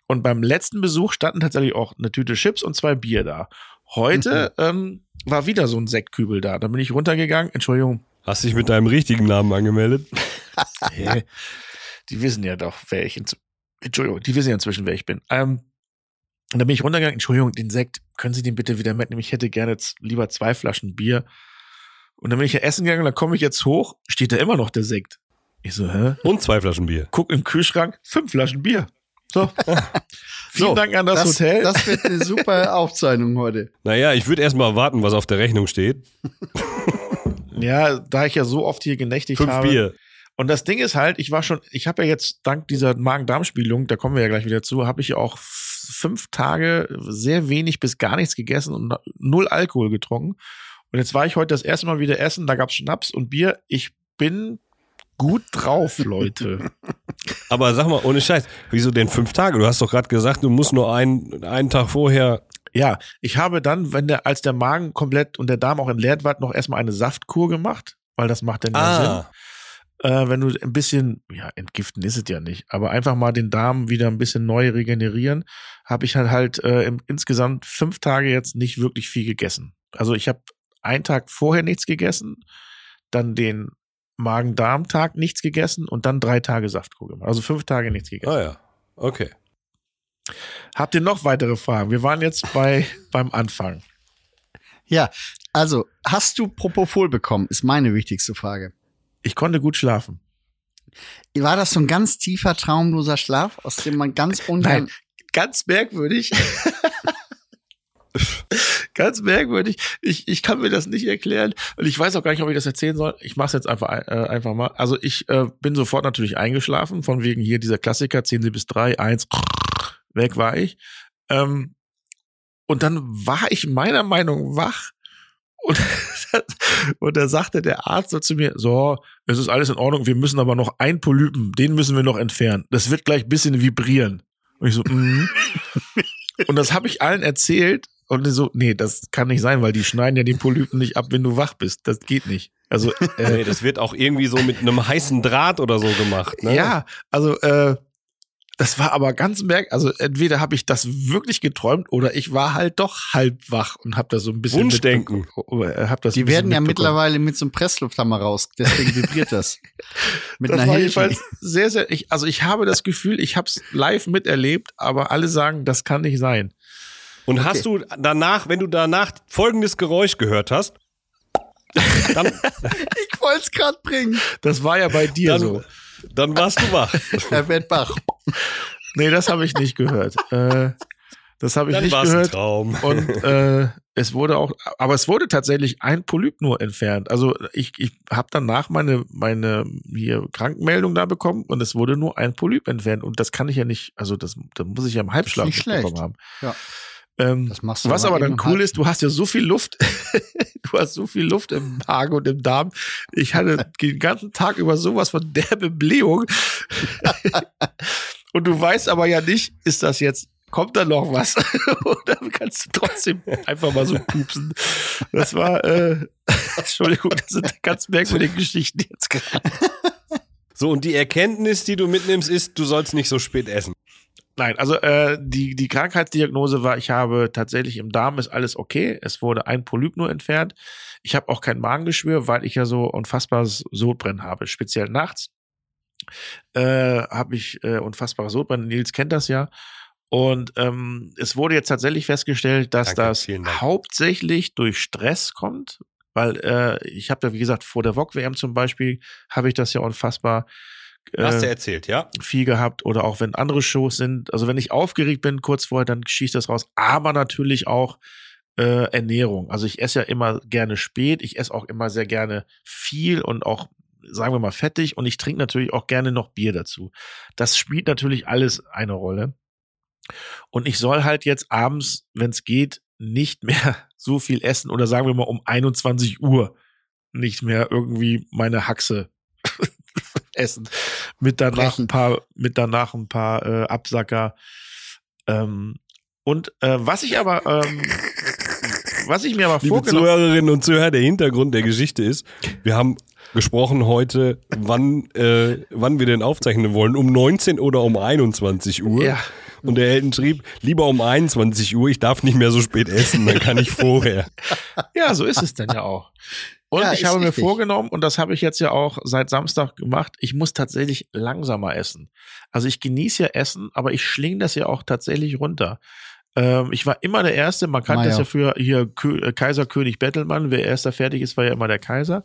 Speaker 4: Und beim letzten Besuch standen tatsächlich auch eine Tüte Chips und zwei Bier da. Heute
Speaker 2: Mhm.
Speaker 4: ähm, war wieder so ein Sektkübel da. Dann bin ich runtergegangen. Entschuldigung,
Speaker 2: Hast dich mit deinem richtigen Namen angemeldet?
Speaker 4: Hä? die wissen ja doch, wer ich inzwischen. Entschuldigung, die wissen ja inzwischen, wer ich bin. Ähm, und dann bin ich runtergegangen, Entschuldigung, den Sekt, können Sie den bitte wieder mitnehmen? Ich hätte gerne jetzt lieber zwei Flaschen Bier. Und dann bin ich ja essen gegangen, und dann komme ich jetzt hoch, steht da immer noch der Sekt. Ich so, hä?
Speaker 2: Und zwei Flaschen Bier.
Speaker 4: Guck im Kühlschrank, fünf Flaschen Bier. So. Vielen
Speaker 5: So,
Speaker 4: Dank an das, Hotel.
Speaker 5: Das wird eine super Aufzeichnung heute.
Speaker 2: Naja, ich würde erstmal warten, was auf der Rechnung steht.
Speaker 4: ja, da ich ja so oft hier genächtigt
Speaker 2: Fünf
Speaker 4: habe.
Speaker 2: Bier.
Speaker 4: Und das Ding ist halt, ich war schon, ich habe ja jetzt dank dieser Magen-Darm-Spielung, da kommen wir ja gleich wieder zu, habe ich ja auch f- fünf Tage sehr wenig bis gar nichts gegessen und na- null Alkohol getrunken. Und jetzt war ich heute das erste Mal wieder essen, da gab es Schnaps und Bier. Ich bin gut drauf, Leute.
Speaker 2: Aber sag mal, ohne Scheiß, wieso denn fünf Tage? Du hast doch gerade gesagt, du musst nur einen, einen Tag vorher
Speaker 4: ja, ich habe dann, wenn der, als der Magen komplett und der Darm auch entleert war, noch erstmal eine Saftkur gemacht, weil das macht dann
Speaker 2: Ah.
Speaker 5: Ah.
Speaker 4: ja Sinn. äh, wenn du ein bisschen, ja, entgiften ist es ja nicht, aber einfach mal den Darm wieder ein bisschen neu regenerieren, habe ich halt halt äh, im, insgesamt fünf Tage jetzt nicht wirklich viel gegessen. Also ich habe einen Tag vorher nichts gegessen, dann den Magen-Darm-Tag nichts gegessen und dann drei Tage Saftkur gemacht. Also fünf Tage nichts gegessen.
Speaker 2: Ah ja, okay.
Speaker 4: Habt ihr noch weitere Fragen? Wir waren jetzt bei beim Anfang.
Speaker 5: Ja, also, hast du Propofol bekommen? Ist meine wichtigste Frage.
Speaker 4: Ich konnte gut schlafen.
Speaker 5: War das so ein ganz tiefer, traumloser Schlaf, aus dem man ganz ungern.
Speaker 4: Nein. ganz merkwürdig. ganz merkwürdig. Ich, ich kann mir das nicht erklären. Und ich weiß auch gar nicht, ob ich das erzählen soll. Ich mache es jetzt einfach, ein- äh, einfach mal. Also ich äh, bin sofort natürlich eingeschlafen, von wegen hier dieser Klassiker, 10 Sie bis 3, 1, weg war ich. Ähm, und dann war ich meiner Meinung wach. Und, und da sagte der Arzt so zu mir, so, es ist alles in Ordnung, wir müssen aber noch einen Polypen, den müssen wir noch entfernen. Das wird gleich ein bisschen vibrieren. Und ich so, mhm. Und das habe ich allen erzählt. Und die so, nee, das kann nicht sein, weil die schneiden ja den Polypen nicht ab, wenn du wach bist. Das geht nicht. Also, äh,
Speaker 2: Nee, das wird auch irgendwie so mit einem heißen Draht oder so gemacht. Ne?
Speaker 4: ja, also, äh, das war aber ganz merk, also entweder habe ich das wirklich geträumt oder ich war halt doch halb wach und habe das so ein bisschen
Speaker 2: Wunschdenken.
Speaker 4: mitbe- äh, Hab das ein
Speaker 5: Die
Speaker 4: bisschen
Speaker 5: werden ja
Speaker 4: mitbekommen.
Speaker 5: mittlerweile mit so einem Presslufthammer raus, deswegen vibriert das. Mit
Speaker 4: das
Speaker 5: einer
Speaker 4: war
Speaker 5: Hilfe.
Speaker 4: jedenfalls sehr, sehr. Ich, also ich habe das Gefühl, ich habe es live miterlebt, aber alle sagen, das kann nicht sein.
Speaker 2: Und hast du danach, wenn du danach folgendes Geräusch gehört hast, dann,
Speaker 5: Ich wollte es gerade bringen.
Speaker 4: Das war ja bei dir
Speaker 2: dann,
Speaker 4: so.
Speaker 2: dann warst du wach.
Speaker 5: Herr Bettbach.
Speaker 4: Nee, das habe ich nicht gehört. äh, das habe ich
Speaker 2: Dann
Speaker 4: nicht
Speaker 2: war es ein
Speaker 4: gehört.
Speaker 2: Traum.
Speaker 4: Und äh, Es wurde auch, aber es wurde tatsächlich ein Polyp nur entfernt. Also ich, ich habe danach meine, meine hier Krankenmeldung da bekommen und es wurde nur ein Polyp entfernt. Und das kann ich ja nicht, also das, das muss ich ja im Halbschlag
Speaker 5: nicht schlecht.
Speaker 4: bekommen haben.
Speaker 5: Ja.
Speaker 4: Ähm,
Speaker 5: Das machst du
Speaker 4: was
Speaker 5: mal
Speaker 4: aber dann
Speaker 5: eben
Speaker 4: cool
Speaker 5: halt.
Speaker 4: ist, du hast ja so viel Luft, du hast so viel Luft im Magen und im Darm. Ich hatte den ganzen Tag über sowas von derbe Blähung. und du weißt aber ja nicht, ist das jetzt, kommt da noch was? Oder kannst du trotzdem einfach mal so pupsen? Das war, äh, Entschuldigung, das sind ganz merkwürdige Geschichten jetzt gerade.
Speaker 2: So, und die Erkenntnis, die du mitnimmst, ist, du sollst nicht so spät essen.
Speaker 4: Nein, also äh, die, die Krankheitsdiagnose war, ich habe tatsächlich im Darm ist alles okay. Es wurde ein Polyp nur entfernt. Ich habe auch kein Magengeschwür, weil ich ja so unfassbares Sodbrennen habe, speziell nachts. Äh, habe ich äh, unfassbares Sodbrennen. Nils kennt das ja. Und ähm, es wurde jetzt tatsächlich festgestellt, dass
Speaker 2: Danke,
Speaker 4: das
Speaker 2: vielen Dank.
Speaker 4: hauptsächlich durch Stress kommt, weil äh, ich habe da, wie gesagt, vor der VOG-WM zum Beispiel, habe ich das ja unfassbar.
Speaker 2: Hast du
Speaker 4: äh,
Speaker 2: erzählt, ja?
Speaker 4: viel gehabt oder auch wenn andere Shows sind. Also wenn ich aufgeregt bin kurz vorher, dann schießt das raus. Aber natürlich auch äh, Ernährung. Also ich esse ja immer gerne spät. Ich esse auch immer sehr gerne viel und auch sagen wir mal fettig und ich trinke natürlich auch gerne noch Bier dazu. Das spielt natürlich alles eine Rolle. Und ich soll halt jetzt abends, wenn es geht, nicht mehr so viel essen oder sagen wir mal um 21 Uhr nicht mehr irgendwie meine Haxe essen. Mit danach
Speaker 5: Brechen.
Speaker 4: ein paar, mit danach ein paar äh, Absacker. Ähm, und äh, was ich aber, ähm, was ich mir aber
Speaker 2: Liebe
Speaker 4: vorgenommen
Speaker 2: Zuhörerinnen und Zuhörer, der Hintergrund der Geschichte ist, wir haben gesprochen heute, wann, äh, wann wir denn aufzeichnen wollen, um 19 oder um 21 Uhr.
Speaker 4: Ja.
Speaker 2: Und der Helden schrieb, lieber um 21 Uhr, ich darf nicht mehr so spät essen, dann kann ich vorher.
Speaker 4: Ja, so ist es denn ja auch. Und
Speaker 5: Ja,
Speaker 4: ich
Speaker 5: ist
Speaker 4: habe mir
Speaker 5: richtig.
Speaker 4: vorgenommen, und das habe ich jetzt ja auch seit Samstag gemacht, ich muss tatsächlich langsamer essen. Also ich genieße ja Essen, aber ich schlinge das ja auch tatsächlich runter. Ähm, ich war immer der Erste, man kannte
Speaker 5: Meier.
Speaker 4: das ja für hier Kö äh, Kaiser König Bettelmann, wer erster fertig ist, war ja immer der Kaiser.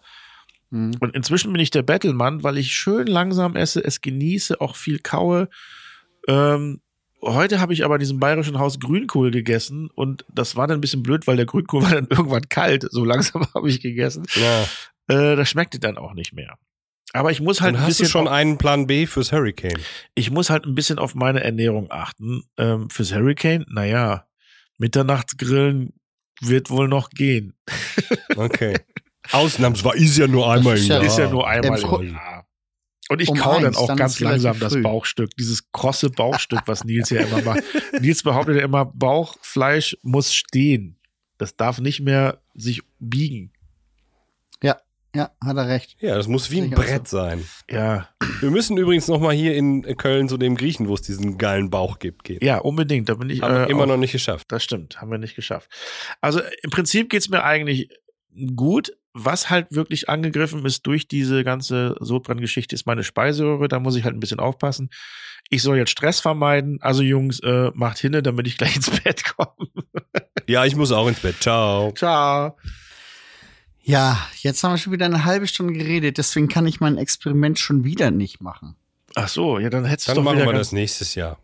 Speaker 5: Mhm.
Speaker 4: Und inzwischen bin ich der Bettelmann, weil ich schön langsam esse, es genieße, auch viel kaue. Ähm, heute habe ich aber in diesem bayerischen Haus Grünkohl gegessen und das war dann ein bisschen blöd, weil der Grünkohl war dann irgendwann kalt. So langsam habe ich gegessen.
Speaker 2: Ja.
Speaker 4: Äh, das schmeckte dann auch nicht mehr. Aber ich muss halt
Speaker 2: Dann
Speaker 4: ein
Speaker 2: hast du
Speaker 4: bisschen,
Speaker 2: schon
Speaker 4: auf,
Speaker 2: einen Plan B fürs Hurricane.
Speaker 4: ich muss halt ein bisschen auf meine Ernährung achten. Ähm, fürs Hurricane, naja, Mitternachtsgrillen wird wohl noch gehen.
Speaker 2: Okay. Ausnahmsweise ist ja nur einmal im
Speaker 5: Das ist ja-
Speaker 2: Jahr.
Speaker 4: Ist ja nur einmal
Speaker 5: Ähm,
Speaker 4: im Jahr. Und ich
Speaker 5: um
Speaker 4: kau dann
Speaker 5: eins,
Speaker 4: auch
Speaker 5: dann
Speaker 4: ganz
Speaker 5: ist relativ
Speaker 4: langsam das
Speaker 5: früh.
Speaker 4: Bauchstück, dieses krosse Bauchstück, was Nils ja immer macht. Nils behauptet ja immer, Bauchfleisch muss stehen. Das darf nicht mehr sich biegen.
Speaker 5: Ja, hat er recht.
Speaker 2: Ja, das muss wie ein
Speaker 5: Sehe ich
Speaker 4: also.
Speaker 5: auch so.
Speaker 2: Brett sein.
Speaker 4: Ja,
Speaker 2: Wir müssen übrigens nochmal hier in Köln zu dem Griechen, wo es diesen geilen Bauch gibt, gehen.
Speaker 4: ja, unbedingt. Da bin ich
Speaker 2: Haben wir
Speaker 4: äh,
Speaker 2: immer
Speaker 4: auch-
Speaker 2: noch nicht geschafft.
Speaker 4: Das stimmt, haben wir nicht geschafft. Also äh, im Prinzip geht's mir eigentlich gut. Was halt wirklich angegriffen ist durch diese ganze Sodbrenngeschichte, ist meine Speiseröhre. Da muss ich halt ein bisschen aufpassen. Ich soll jetzt Stress vermeiden. Also Jungs, äh, macht hinne, damit ich gleich ins Bett komme.
Speaker 2: Ja, ich muss auch ins Bett. Ciao.
Speaker 4: Ciao.
Speaker 5: Ja, jetzt haben wir schon wieder eine halbe Stunde geredet, deswegen kann ich mein Experiment schon wieder nicht machen.
Speaker 4: Ach so, ja, dann hättest du
Speaker 2: Dann
Speaker 4: doch
Speaker 2: machen
Speaker 4: wieder
Speaker 2: wir
Speaker 4: ganz,
Speaker 2: das nächstes Jahr.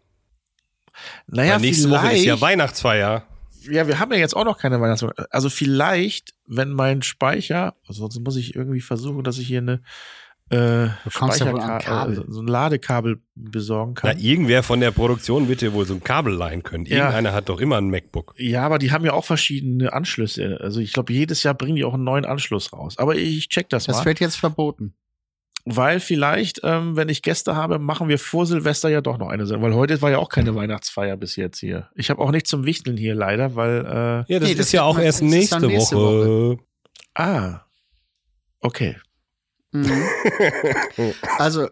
Speaker 4: Naja,
Speaker 2: Weil nächste Woche ist
Speaker 4: vielleicht-
Speaker 2: ja Weihnachtsfeier.
Speaker 4: ja, wir haben ja jetzt auch noch keine Weihnachtsfeier. Also vielleicht, wenn mein Speicher, also sonst muss ich irgendwie versuchen, dass ich hier eine äh,
Speaker 5: kommst ja wohl an
Speaker 4: Speicherkabel,
Speaker 5: Kabel.
Speaker 4: so ein Ladekabel besorgen
Speaker 2: Na,
Speaker 4: kann.
Speaker 2: irgendwer von der Produktion wird dir wohl so ein Kabel leihen können.
Speaker 4: Ja.
Speaker 2: Irgendeiner hat doch immer ein MacBook.
Speaker 4: ja, aber die haben ja auch verschiedene Anschlüsse. Also ich glaube, jedes Jahr bringen die auch einen neuen Anschluss raus. Aber ich check das,
Speaker 5: Das
Speaker 4: mal.
Speaker 5: wird jetzt verboten.
Speaker 4: Weil vielleicht, ähm, wenn ich Gäste habe, machen wir vor Silvester ja doch noch eine Sendung. Weil heute war ja auch keine Weihnachtsfeier bis jetzt hier. Ich habe auch nichts zum Wichteln hier leider, weil
Speaker 2: Ja, das
Speaker 5: Nee, das
Speaker 2: ist ja
Speaker 5: wird
Speaker 2: auch
Speaker 5: man-
Speaker 2: erst
Speaker 5: das ist
Speaker 2: nächste,
Speaker 5: dann nächste
Speaker 2: Woche.
Speaker 4: äh, ah. Okay.
Speaker 5: Mhm. also,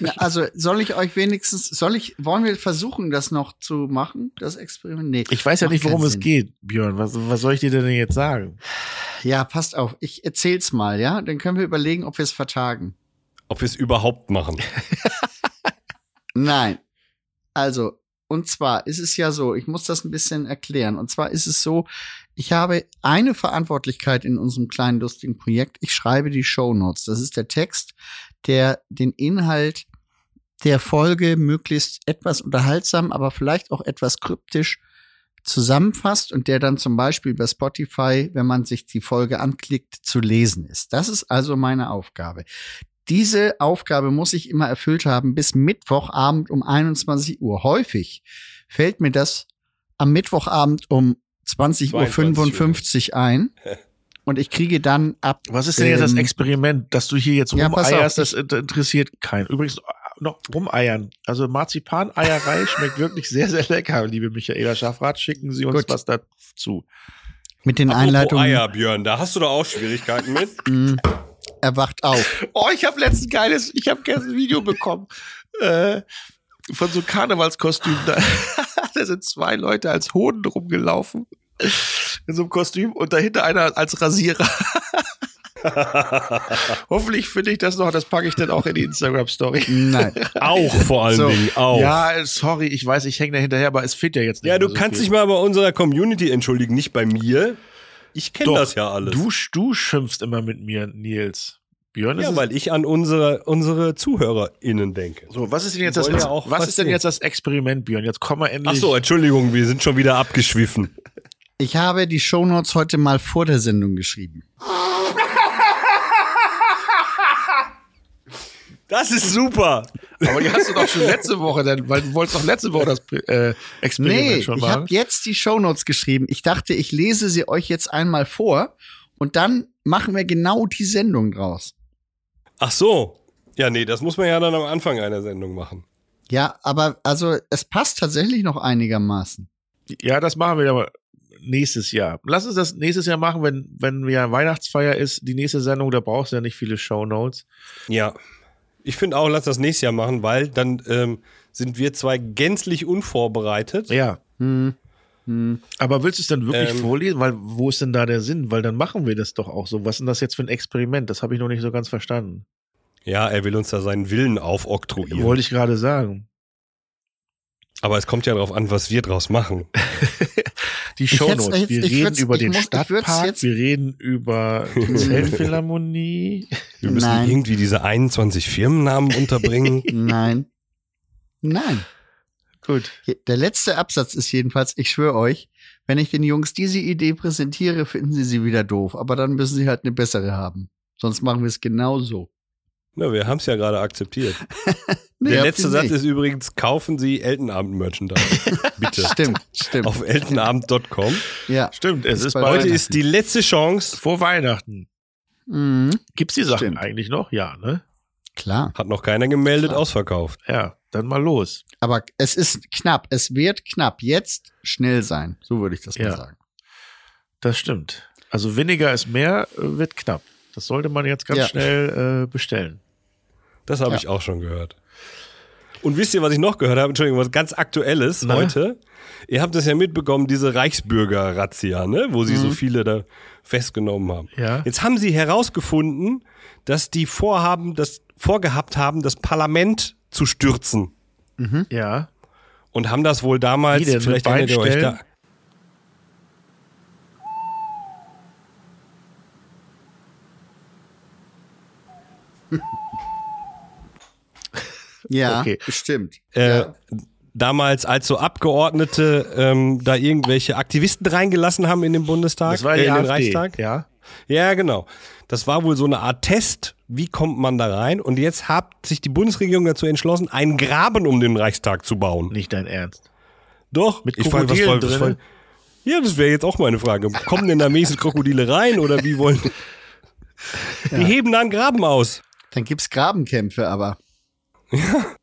Speaker 5: na, also soll ich euch wenigstens, soll ich, wollen wir versuchen, das noch zu machen, das Experiment? Nee.
Speaker 4: Ich weiß ja
Speaker 5: Macht
Speaker 4: nicht, worum
Speaker 5: keinen
Speaker 4: es
Speaker 5: Sinn.
Speaker 4: geht, Björn. Was, was soll ich dir denn jetzt sagen?
Speaker 5: Ja, passt auf. Ich erzähl's mal, ja? Dann können wir überlegen, ob wir es vertagen.
Speaker 2: Ob wir es überhaupt machen.
Speaker 5: Nein. Also, und zwar ist es ja so, ich muss das ein bisschen erklären. Und zwar ist es so, ich habe eine Verantwortlichkeit in unserem kleinen lustigen Projekt. Ich schreibe die Shownotes. Das ist der Text, der den Inhalt der Folge möglichst etwas unterhaltsam, aber vielleicht auch etwas kryptisch zusammenfasst und der dann zum Beispiel bei Spotify, wenn man sich die Folge anklickt, zu lesen ist. Das ist also meine Aufgabe. Diese Aufgabe muss ich immer erfüllt haben bis Mittwochabend um 21 Uhr. Häufig fällt mir das am Mittwochabend um 20.55 Uhr ein. Und ich kriege dann ab.
Speaker 4: Was ist denn jetzt das
Speaker 5: ähm,
Speaker 4: Experiment, dass du hier jetzt
Speaker 5: Ja, pass
Speaker 4: rumeierst?
Speaker 5: auf,
Speaker 4: das int- interessiert keinen. Übrigens, äh, noch rumeiern. Also Marzipaneierei schmeckt wirklich sehr, sehr lecker, liebe Michaela Schaffrath. Schicken Sie uns
Speaker 5: Gut.
Speaker 4: was dazu.
Speaker 5: Mit den
Speaker 2: Apropos
Speaker 5: Einleitungen
Speaker 2: Eier, Björn, da hast du doch auch Schwierigkeiten mit.
Speaker 5: erwacht auf.
Speaker 4: Oh, ich habe letztens geiles, ich habe gestern ein Video bekommen äh, von so Karnevalskostümen. Da, da sind zwei Leute als Hoden rumgelaufen in so einem Kostüm und dahinter einer als Rasierer. Hoffentlich finde ich das noch, das packe ich dann auch in die Instagram Story.
Speaker 5: Nein.
Speaker 2: Auch vor allen
Speaker 5: So.
Speaker 2: Dingen, auch.
Speaker 4: Ja, sorry, ich weiß, ich hänge da hinterher, aber es fehlt ja jetzt nicht.
Speaker 2: Ja, du
Speaker 4: mehr so
Speaker 2: kannst
Speaker 4: viel.
Speaker 2: dich mal bei unserer Community entschuldigen, nicht bei mir. Ich kenne
Speaker 4: Doch,
Speaker 2: das ja alles.
Speaker 4: Du, sch- du schimpfst immer mit mir, Nils. Björn, das
Speaker 2: ja,
Speaker 4: ist
Speaker 2: weil ich an unsere, unsere ZuhörerInnen denke.
Speaker 4: so, was ist denn jetzt
Speaker 2: Die
Speaker 4: das,
Speaker 2: wollen ja auch
Speaker 4: was
Speaker 2: was
Speaker 4: ist denn
Speaker 2: sehen.
Speaker 4: jetzt das Experiment, Björn? Jetzt komm mal endlich.
Speaker 2: Ach so, Entschuldigung, wir sind schon wieder abgeschwiffen.
Speaker 5: Ich habe die Shownotes heute mal vor der Sendung geschrieben.
Speaker 2: Das ist super.
Speaker 4: Aber die hast du doch schon letzte Woche, dann, weil du wolltest doch letzte Woche das äh, Experiment
Speaker 5: Nee, ich
Speaker 4: schon machen.
Speaker 5: habe jetzt die Shownotes geschrieben. Ich dachte, ich lese sie euch jetzt einmal vor und dann machen wir genau die Sendung draus.
Speaker 2: Ach so. Ja, nee, das muss man ja dann am Anfang einer Sendung machen.
Speaker 5: Ja, aber also es passt tatsächlich noch einigermaßen.
Speaker 4: ja, das machen wir ja mal nächstes Jahr. Lass uns das nächstes Jahr machen, wenn, wenn ja Weihnachtsfeier ist, die nächste Sendung, da brauchst du ja nicht viele Shownotes.
Speaker 2: Ja. Ich finde auch, lass das nächstes Jahr machen, weil dann ähm, sind wir zwei gänzlich unvorbereitet.
Speaker 4: Ja.
Speaker 5: Hm. Hm.
Speaker 4: Aber willst du es dann wirklich
Speaker 2: Ähm.
Speaker 4: vorlesen? Weil wo ist denn da der Sinn? Weil dann machen wir das doch auch so. Was ist denn das jetzt für ein Experiment? Das habe ich noch nicht so ganz verstanden.
Speaker 2: Ja, er will uns da seinen Willen aufoktroyieren.
Speaker 4: Wollte ich gerade sagen.
Speaker 2: Aber es kommt ja darauf an, was wir draus machen.
Speaker 4: Die
Speaker 5: hätt's-
Speaker 4: Shownotes.
Speaker 5: jetzt-
Speaker 4: wir
Speaker 5: ich
Speaker 4: reden
Speaker 5: würd's-
Speaker 4: über
Speaker 5: ich
Speaker 4: den
Speaker 5: muss- ich würd's
Speaker 4: Stadtpark,
Speaker 5: jetzt-
Speaker 4: wir reden über die Zellphilharmonie.
Speaker 2: Wir müssen
Speaker 5: Nein.
Speaker 2: irgendwie diese 21 Firmennamen unterbringen.
Speaker 5: Nein. Nein.
Speaker 4: Gut.
Speaker 5: Hier- Der letzte Absatz ist jedenfalls, ich schwöre euch, wenn ich den Jungs diese Idee präsentiere, finden sie sie wieder doof. Aber dann müssen sie halt eine bessere haben. Sonst machen wir es genau so.
Speaker 2: Na, wir haben es ja gerade akzeptiert.
Speaker 5: Nee,
Speaker 2: Der
Speaker 5: habt
Speaker 2: letzte
Speaker 5: ihr
Speaker 2: Satz
Speaker 5: nicht.
Speaker 2: ist übrigens, kaufen Sie Eltenabend-Merchandise. Bitte.
Speaker 5: Stimmt, stimmt.
Speaker 2: Auf eltenabend.com.
Speaker 5: ja.
Speaker 4: Stimmt, es
Speaker 5: Ist
Speaker 4: ist
Speaker 5: bei
Speaker 4: bald
Speaker 2: Heute ist die letzte Chance.
Speaker 4: vor Weihnachten.
Speaker 5: Mhm.
Speaker 4: Gibt's die Sachen
Speaker 5: Stimmt.
Speaker 4: eigentlich noch? Ja, ne?
Speaker 5: Klar.
Speaker 2: Hat noch keiner gemeldet, ausverkauft.
Speaker 4: Ja, dann mal los.
Speaker 5: Aber es ist knapp. Es wird knapp. Jetzt schnell sein. So würde ich das
Speaker 4: Ja.
Speaker 5: mal sagen.
Speaker 4: Das stimmt. Also weniger ist mehr, äh, wird knapp. Das sollte man jetzt ganz
Speaker 5: Ja.
Speaker 4: schnell äh, bestellen.
Speaker 2: Das habe
Speaker 5: Ja.
Speaker 2: ich auch schon gehört. Und wisst ihr, was ich noch gehört habe? Entschuldigung, was ganz Aktuelles
Speaker 4: Na?
Speaker 2: heute. Ihr habt das ja mitbekommen, diese Reichsbürger-Razzia, ne? wo sie so viele da festgenommen haben.
Speaker 4: Mhm. Ja.
Speaker 2: Jetzt haben sie herausgefunden, dass die vorhaben, das vorgehabt haben, das Parlament zu stürzen.
Speaker 4: Ja.
Speaker 2: Und haben das wohl damals,
Speaker 4: Wie denn, mit
Speaker 2: vielleicht erinnert ihr euch
Speaker 4: Beinstellen?
Speaker 2: da.
Speaker 5: Ja,
Speaker 4: Okay.
Speaker 5: bestimmt.
Speaker 2: Äh,
Speaker 5: ja.
Speaker 2: Damals, als so Abgeordnete ähm, da irgendwelche Aktivisten reingelassen haben in den Bundestag,
Speaker 4: Das war
Speaker 2: äh,
Speaker 4: die
Speaker 2: in den
Speaker 4: AfD.
Speaker 2: Reichstag.
Speaker 4: Ja.
Speaker 2: Ja, genau. Das war wohl so eine Art Test. Wie kommt man da rein? Und jetzt hat sich die Bundesregierung dazu entschlossen, einen Graben um den Reichstag zu bauen.
Speaker 4: Nicht dein Ernst.
Speaker 2: Doch.
Speaker 4: Mit
Speaker 2: ich frage, was
Speaker 4: Krokodilen
Speaker 2: soll, was soll,
Speaker 4: drinne?
Speaker 2: Ja, das wäre jetzt auch meine Frage. Kommen denn da mäßig Krokodile rein oder wie wollen? Die heben da einen Graben aus.
Speaker 5: Dann gibt's Grabenkämpfe, aber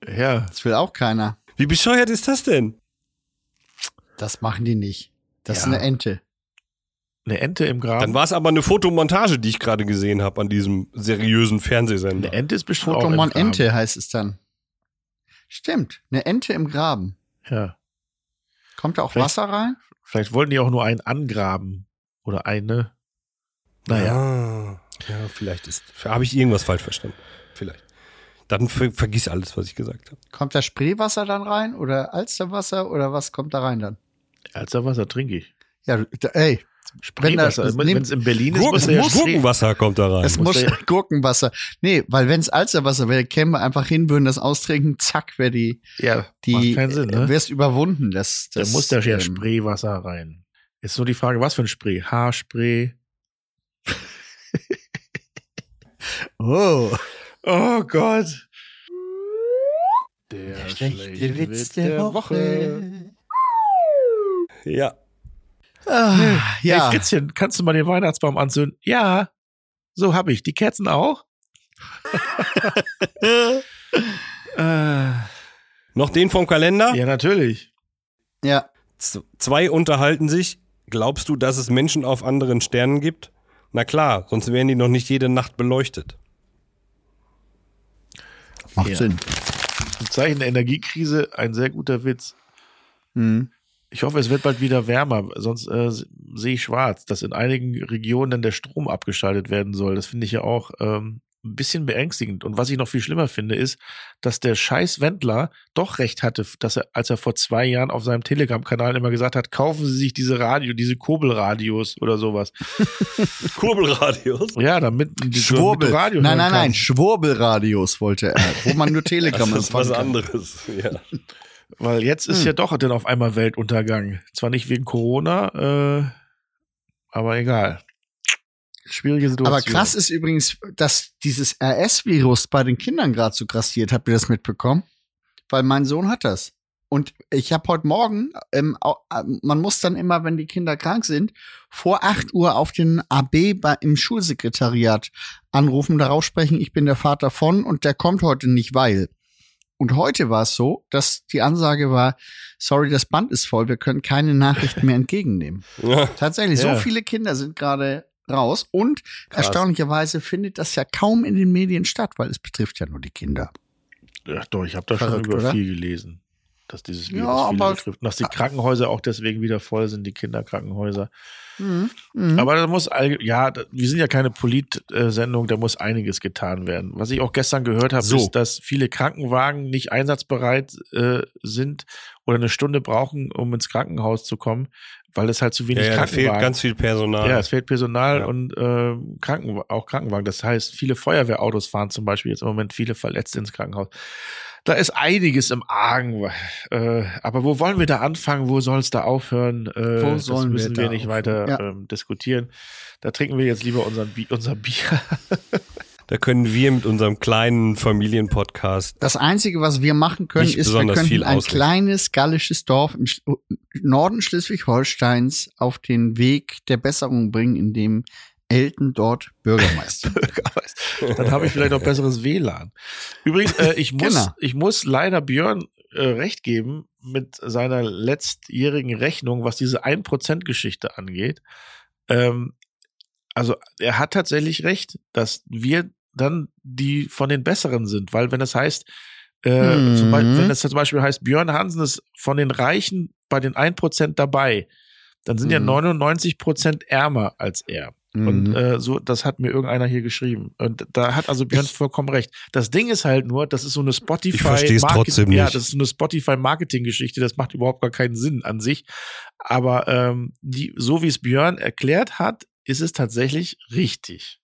Speaker 4: Ja.
Speaker 5: das will auch keiner.
Speaker 2: Wie bescheuert ist das denn?
Speaker 5: Das machen die nicht. Das ist
Speaker 4: Ja.
Speaker 5: eine Ente.
Speaker 4: Eine Ente im
Speaker 2: Dann
Speaker 4: Graben.
Speaker 2: war es aber eine Fotomontage, die ich gerade gesehen habe an diesem seriösen Fernsehsender.
Speaker 4: Eine Ente ist bestimmt auch im
Speaker 5: Pokémon
Speaker 4: Graben.
Speaker 5: Ente heißt es dann. Stimmt, eine Ente im Graben.
Speaker 4: Ja.
Speaker 5: Kommt da auch
Speaker 4: Vielleicht-
Speaker 5: Wasser rein?
Speaker 4: Vielleicht wollten die auch nur einen angraben. Oder eine. Naja.
Speaker 2: Ah, ja, vielleicht ist. Habe ich irgendwas falsch verstanden? Vielleicht. Dann ver vergiss alles, was ich gesagt habe.
Speaker 5: Kommt da Spreewasser dann rein oder Alsterwasser oder was kommt da rein dann?
Speaker 4: Alster Wasser trinke ich.
Speaker 5: Ja, du- da, ey, Wenn das-
Speaker 4: Spreewasser.
Speaker 5: nee,
Speaker 4: Wenn es in Berlin ist, muss
Speaker 2: Gurken,
Speaker 4: er ja Spree-
Speaker 2: Gurkenwasser kommt da rein.
Speaker 5: Es
Speaker 4: muss
Speaker 5: muss
Speaker 4: der-
Speaker 5: Gurkenwasser. Nee, weil wenn es Alsterwasser wäre, kämen wir einfach hin, würden das austrinken, zack, wäre die,
Speaker 4: Ja, macht
Speaker 5: die
Speaker 4: keinen Sinn, ne?
Speaker 5: wär's überwunden. Das,
Speaker 4: Da
Speaker 5: das,
Speaker 4: muss da ja
Speaker 5: ähm,
Speaker 4: Spreewasser rein. Ist nur die Frage, was für ein Spree? Haarspray?
Speaker 5: Oh.
Speaker 4: Oh Gott. Der,
Speaker 5: Schlechte Witz der Woche.
Speaker 2: Ja.
Speaker 5: Ah,
Speaker 4: Ja.
Speaker 5: ja.
Speaker 4: Hey Fritzchen, kannst du mal den Weihnachtsbaum anzünden? Ja. So hab ich. Die Kerzen auch? äh, ja,
Speaker 2: Noch den vom Kalender.
Speaker 4: natürlich.
Speaker 5: ja.
Speaker 2: Z zwei unterhalten sich. Glaubst du, dass es Menschen auf anderen Sternen gibt? Na klar, sonst wären die noch nicht jede Nacht beleuchtet.
Speaker 5: Macht
Speaker 4: Ja.
Speaker 5: Sinn.
Speaker 4: Im Zeichen der Energiekrise ein sehr guter Witz.
Speaker 5: Hm.
Speaker 4: Ich hoffe, es wird bald wieder wärmer, sonst äh, sehe ich schwarz, dass in einigen Regionen dann der Strom abgeschaltet werden soll. Das finde ich ja auch ähm, ein bisschen beängstigend. Und was ich noch viel schlimmer finde, ist, dass der scheiß Wendler doch recht hatte, dass er, als er vor zwei Jahren auf seinem Telegram-Kanal immer gesagt hat, kaufen Sie sich diese Radio, diese Kurbelradios oder sowas.
Speaker 2: Kurbelradios.
Speaker 4: Ja, damit, damit du
Speaker 5: Schwurbel.
Speaker 4: Radio
Speaker 5: nein,
Speaker 4: hören
Speaker 5: nein, nein,
Speaker 4: kannst.
Speaker 5: Schwurbelradios wollte er, wo man nur Telegram
Speaker 2: Das ist was
Speaker 5: empfangen kann.
Speaker 2: anderes. Ja.
Speaker 4: Weil jetzt ist
Speaker 5: Hm.
Speaker 4: ja doch dann auf einmal Weltuntergang. Zwar nicht wegen Corona, äh, aber egal. Schwierige Situation.
Speaker 5: Aber krass ist übrigens, dass dieses RS-Virus bei den Kindern gerade so grassiert. Habt ihr das mitbekommen? Weil mein Sohn hat das. Und ich habe heute Morgen, ähm, au- äh, man muss dann immer, wenn die Kinder krank sind, vor 8 Uhr auf den AB bei, im Schulsekretariat anrufen, darauf sprechen, ich bin der Vater von und der kommt heute nicht, weil. Und heute war es so, dass die Ansage war, sorry, das Band ist voll, wir können keine Nachrichten mehr entgegennehmen.
Speaker 2: Ja.
Speaker 5: Tatsächlich,
Speaker 4: Ja.
Speaker 5: so viele Kinder sind gerade raus und erstaunlicherweise findet das ja kaum in den Medien statt, weil es betrifft ja nur die Kinder.
Speaker 4: Ja, doch, ich habe da
Speaker 5: Verrückt,
Speaker 4: schon über
Speaker 5: oder?
Speaker 4: viel gelesen, dass dieses Virus
Speaker 5: Ja,
Speaker 4: viele
Speaker 5: aber-
Speaker 4: betrifft. Und Dass die Krankenhäuser auch deswegen wieder voll sind, die Kinderkrankenhäuser.
Speaker 2: Hm?
Speaker 4: Aber da muss, allge- ja, da- wir sind ja keine Polit-Sendung, da muss einiges getan werden. Was ich auch gestern gehört habe,
Speaker 2: So.
Speaker 4: ist, dass viele Krankenwagen nicht einsatzbereit äh, sind oder eine Stunde brauchen, um ins Krankenhaus zu kommen, weil es halt zu
Speaker 2: Ja,
Speaker 4: wenig
Speaker 2: ja, da
Speaker 4: Krankenwagen
Speaker 2: fehlt ganz viel Personal.
Speaker 4: ja, es fehlt Personal
Speaker 2: Ja.
Speaker 4: und ähm, Kranken auch Krankenwagen. Das heißt, viele Feuerwehrautos fahren zum Beispiel jetzt im Moment viele Verletzte ins Krankenhaus. Da ist einiges im Argen. Äh, aber wo wollen wir da anfangen? Wo soll es da aufhören? Äh,
Speaker 5: Wo
Speaker 4: das
Speaker 5: sollen wir
Speaker 4: müssen wir,
Speaker 5: da
Speaker 4: nicht
Speaker 5: aufhören?
Speaker 4: weiter
Speaker 5: Ja.
Speaker 4: ähm, diskutieren. Da trinken wir jetzt lieber unseren Bi unser Bier.
Speaker 2: Da können wir mit unserem kleinen Familienpodcast.
Speaker 5: Das Einzige, was wir machen können,
Speaker 2: Nicht
Speaker 5: ist, wir
Speaker 2: besonders
Speaker 5: könnten
Speaker 2: viel
Speaker 5: ein
Speaker 2: ausrichten.
Speaker 5: kleines gallisches Dorf im Sch Norden Schleswig-Holsteins auf den Weg der Besserung bringen, indem Elton dort Bürgermeister. wird.
Speaker 4: Dann habe ich vielleicht noch besseres WLAN. Übrigens, äh, ich, muss,
Speaker 5: Genau.
Speaker 4: ich muss leider Björn äh, recht geben mit seiner letztjährigen Rechnung, was diese 1%-Geschichte angeht. Ähm, also er hat tatsächlich recht, dass wir dann die von den Besseren sind, weil wenn es heißt, äh,
Speaker 5: Mhm.
Speaker 4: zum Beispiel, wenn es zum Beispiel heißt, Björn Hansen ist von den Reichen bei den 1% dabei, dann sind ja
Speaker 5: Mhm.
Speaker 4: 99% ärmer als er. Und
Speaker 5: Mhm.
Speaker 4: äh, so, das hat mir irgendeiner hier geschrieben. Und da hat also Björn vollkommen recht. Das Ding ist halt nur, das ist so eine Spotify.
Speaker 2: Ich versteh's
Speaker 4: Market-
Speaker 2: trotzdem
Speaker 4: Ja,
Speaker 2: nicht.
Speaker 4: das ist so eine Spotify-Marketing-Geschichte. Das macht überhaupt gar keinen Sinn an sich. Aber ähm, die, so wie es Björn erklärt hat, ist es tatsächlich richtig.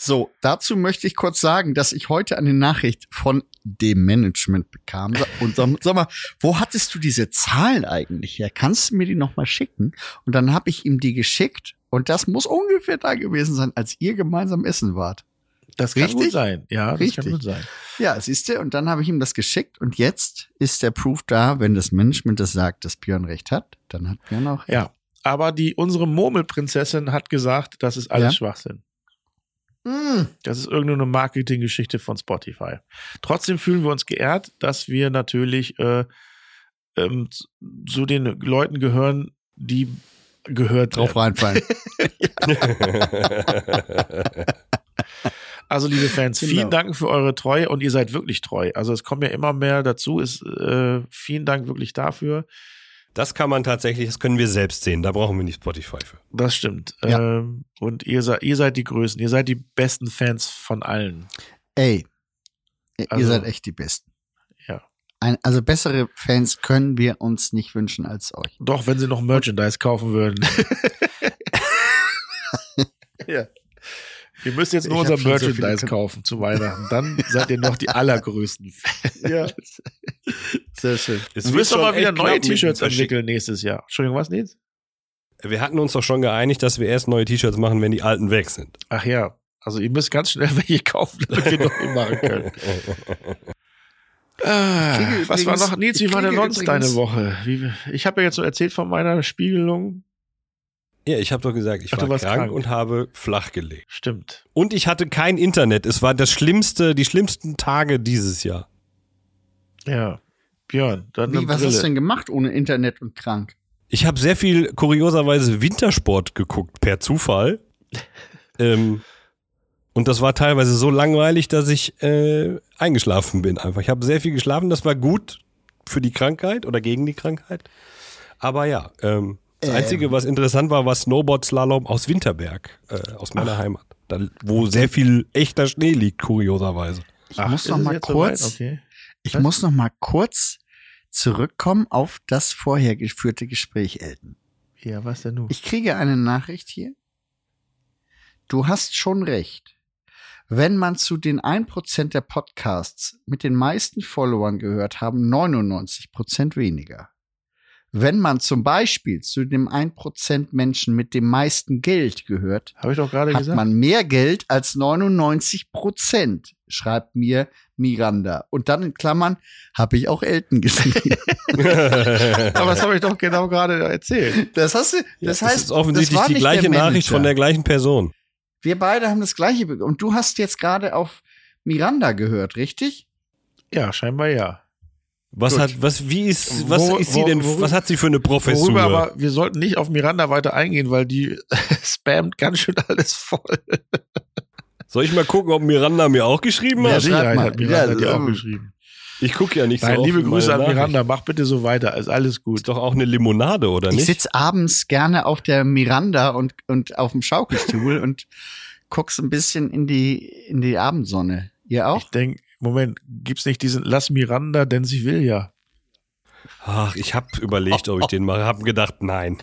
Speaker 5: So, dazu möchte ich kurz sagen, dass ich heute eine Nachricht von dem Management bekam. Und sag, sag mal, wo hattest du diese Zahlen eigentlich her? Kannst du mir die nochmal schicken? Und dann habe ich ihm die geschickt. Und das muss ungefähr da gewesen sein, als ihr gemeinsam essen wart.
Speaker 4: Das kann
Speaker 5: Richtig?
Speaker 4: gut sein. Ja, das kann
Speaker 5: Richtig.
Speaker 4: gut sein.
Speaker 5: Ja, siehst du, und dann habe ich ihm das geschickt. Und jetzt ist der Proof da, wenn das Management das sagt, dass Björn recht hat, dann hat Björn auch recht.
Speaker 4: Ja. Aber die, unsere Murmelprinzessin hat gesagt, das ist alles
Speaker 5: Ja.
Speaker 4: Schwachsinn.
Speaker 5: Mm.
Speaker 4: Das ist irgendeine Marketinggeschichte von Spotify. Trotzdem fühlen wir uns geehrt, dass wir natürlich äh, ähm, zu- zu den Leuten gehören, die gehört
Speaker 5: Drauf
Speaker 4: werden.
Speaker 5: reinfallen.
Speaker 4: Also liebe Fans,
Speaker 5: Genau.
Speaker 4: vielen Dank für eure Treue und ihr seid wirklich treu. Also es kommen ja immer mehr dazu. Ist äh, vielen Dank wirklich dafür.
Speaker 2: Das kann man tatsächlich, das können wir selbst sehen. Da brauchen wir nicht Spotify für.
Speaker 4: Das stimmt.
Speaker 5: Ja.
Speaker 4: Ähm, und ihr, se- ihr seid die Größten. Ihr seid die besten Fans von allen.
Speaker 5: Ey, ihr
Speaker 4: Also-
Speaker 5: seid echt die Besten.
Speaker 4: Ja.
Speaker 5: Ein, also bessere Fans können wir uns nicht wünschen als euch.
Speaker 4: Doch, wenn sie noch Merchandise kaufen würden. ja. Ihr müsst jetzt nur
Speaker 5: Ich
Speaker 4: unser
Speaker 5: hab schon so viele
Speaker 4: Merchandise
Speaker 5: Kon-
Speaker 4: kaufen zu Weihnachten. Dann seid ihr noch die allergrößten. ja.
Speaker 5: Sehr schön.
Speaker 4: Du wirst doch mal wieder neue T-Shirts entwickeln nächstes Jahr. Entschuldigung, was, Nils?
Speaker 2: Wir hatten uns doch schon geeinigt, dass wir erst neue T-Shirts machen, wenn die alten weg sind.
Speaker 4: Ach ja. Also ihr müsst ganz schnell welche kaufen, damit wir noch machen können. Ah,
Speaker 5: kriege
Speaker 4: was war
Speaker 5: übrigens-
Speaker 4: noch, Nils,
Speaker 5: ich
Speaker 4: wie war denn
Speaker 5: kriege
Speaker 4: sonst
Speaker 5: übrigens-
Speaker 4: deine Woche? Wie, ich habe ja jetzt so erzählt von meiner Spiegelung.
Speaker 2: Ja, ich habe doch gesagt, ich
Speaker 4: Ach, du
Speaker 2: war
Speaker 4: warst
Speaker 2: krank,
Speaker 4: krank.
Speaker 2: und habe flach gelegt.
Speaker 4: Stimmt.
Speaker 2: Und ich hatte kein Internet. Es war das schlimmste, die schlimmsten Tage dieses Jahr.
Speaker 4: Ja. Björn, dann
Speaker 5: Wie,
Speaker 4: eine
Speaker 5: was
Speaker 4: Brille.
Speaker 5: hast du denn gemacht ohne Internet und krank?
Speaker 2: Ich habe sehr viel kurioserweise Wintersport geguckt, per Zufall. ähm, und das war teilweise so langweilig, dass ich äh, eingeschlafen bin einfach. Ich habe sehr viel geschlafen, das war gut für die Krankheit oder gegen die Krankheit. Aber ja, ähm, das
Speaker 5: Ähm.
Speaker 2: Einzige, was interessant war, war Snowboard-Slalom aus Winterberg, äh, aus meiner Heimat. Da, wo sehr viel echter Schnee liegt, kurioserweise.
Speaker 5: Ich
Speaker 4: Ach,
Speaker 5: muss
Speaker 4: ist
Speaker 5: noch
Speaker 4: es
Speaker 5: mal
Speaker 4: jetzt soweit?
Speaker 5: kurz.
Speaker 4: Okay.
Speaker 5: Ich
Speaker 4: Was?
Speaker 5: muss noch mal kurz zurückkommen auf das vorher geführte Gespräch, Elton.
Speaker 4: Ja, was denn nun?
Speaker 5: Ich kriege eine Nachricht hier. Du hast schon recht. Wenn man zu den 1% der Podcasts mit den meisten Followern gehört haben, 99% weniger. Wenn man zum Beispiel zu dem 1% Menschen mit dem meisten Geld gehört,
Speaker 4: Habe ich doch gerade
Speaker 5: hat
Speaker 4: gesagt.
Speaker 5: man mehr Geld als 99 Prozent, schreibt mir Miranda. Und dann in Klammern habe ich auch Elton gesehen.
Speaker 4: Aber das habe ich doch genau gerade erzählt.
Speaker 5: Das hast du,
Speaker 2: Ja,
Speaker 5: das heißt,
Speaker 2: es ist offensichtlich
Speaker 5: das war
Speaker 2: die
Speaker 5: nicht
Speaker 2: gleiche
Speaker 5: der
Speaker 2: Nachricht von der
Speaker 5: Manager.
Speaker 2: gleichen Person.
Speaker 5: Wir beide haben das gleiche be- und du hast jetzt gerade auf Miranda gehört, richtig?
Speaker 4: Ja, scheinbar ja.
Speaker 2: Was
Speaker 5: Gut.
Speaker 2: hat, was, wie ist, was
Speaker 4: Wo-
Speaker 2: ist sie
Speaker 4: wo-
Speaker 2: denn,
Speaker 4: worüber-
Speaker 2: was hat sie für eine Professur?
Speaker 4: Worüber aber wir sollten nicht auf Miranda weiter eingehen, weil die spammt ganz schön alles voll.
Speaker 2: Soll ich mal gucken, ob Miranda mir auch geschrieben
Speaker 5: Ja,
Speaker 2: hat?
Speaker 5: schreib mal.
Speaker 4: hat Miranda
Speaker 5: Ja,
Speaker 4: die auch
Speaker 5: ähm,
Speaker 4: geschrieben.
Speaker 2: Ich gucke ja nicht
Speaker 4: Nein,
Speaker 2: so
Speaker 4: liebe
Speaker 2: oft
Speaker 4: Grüße
Speaker 2: meine
Speaker 4: an
Speaker 2: Nachrichten.
Speaker 4: Miranda. Mach bitte so weiter. Ist alles gut.
Speaker 2: Ist doch auch eine Limonade, oder
Speaker 5: Ich
Speaker 2: nicht?
Speaker 5: sitz abends gerne auf der Miranda und, und auf dem Schaukelstuhl und guck's ein bisschen in die, in die Abendsonne. Ihr auch?
Speaker 4: Ich denke, Moment, gibt's nicht diesen Lass Miranda, denn sie will ja.
Speaker 2: Ach, ich habe überlegt, ob ich den mache. Hab gedacht, nein.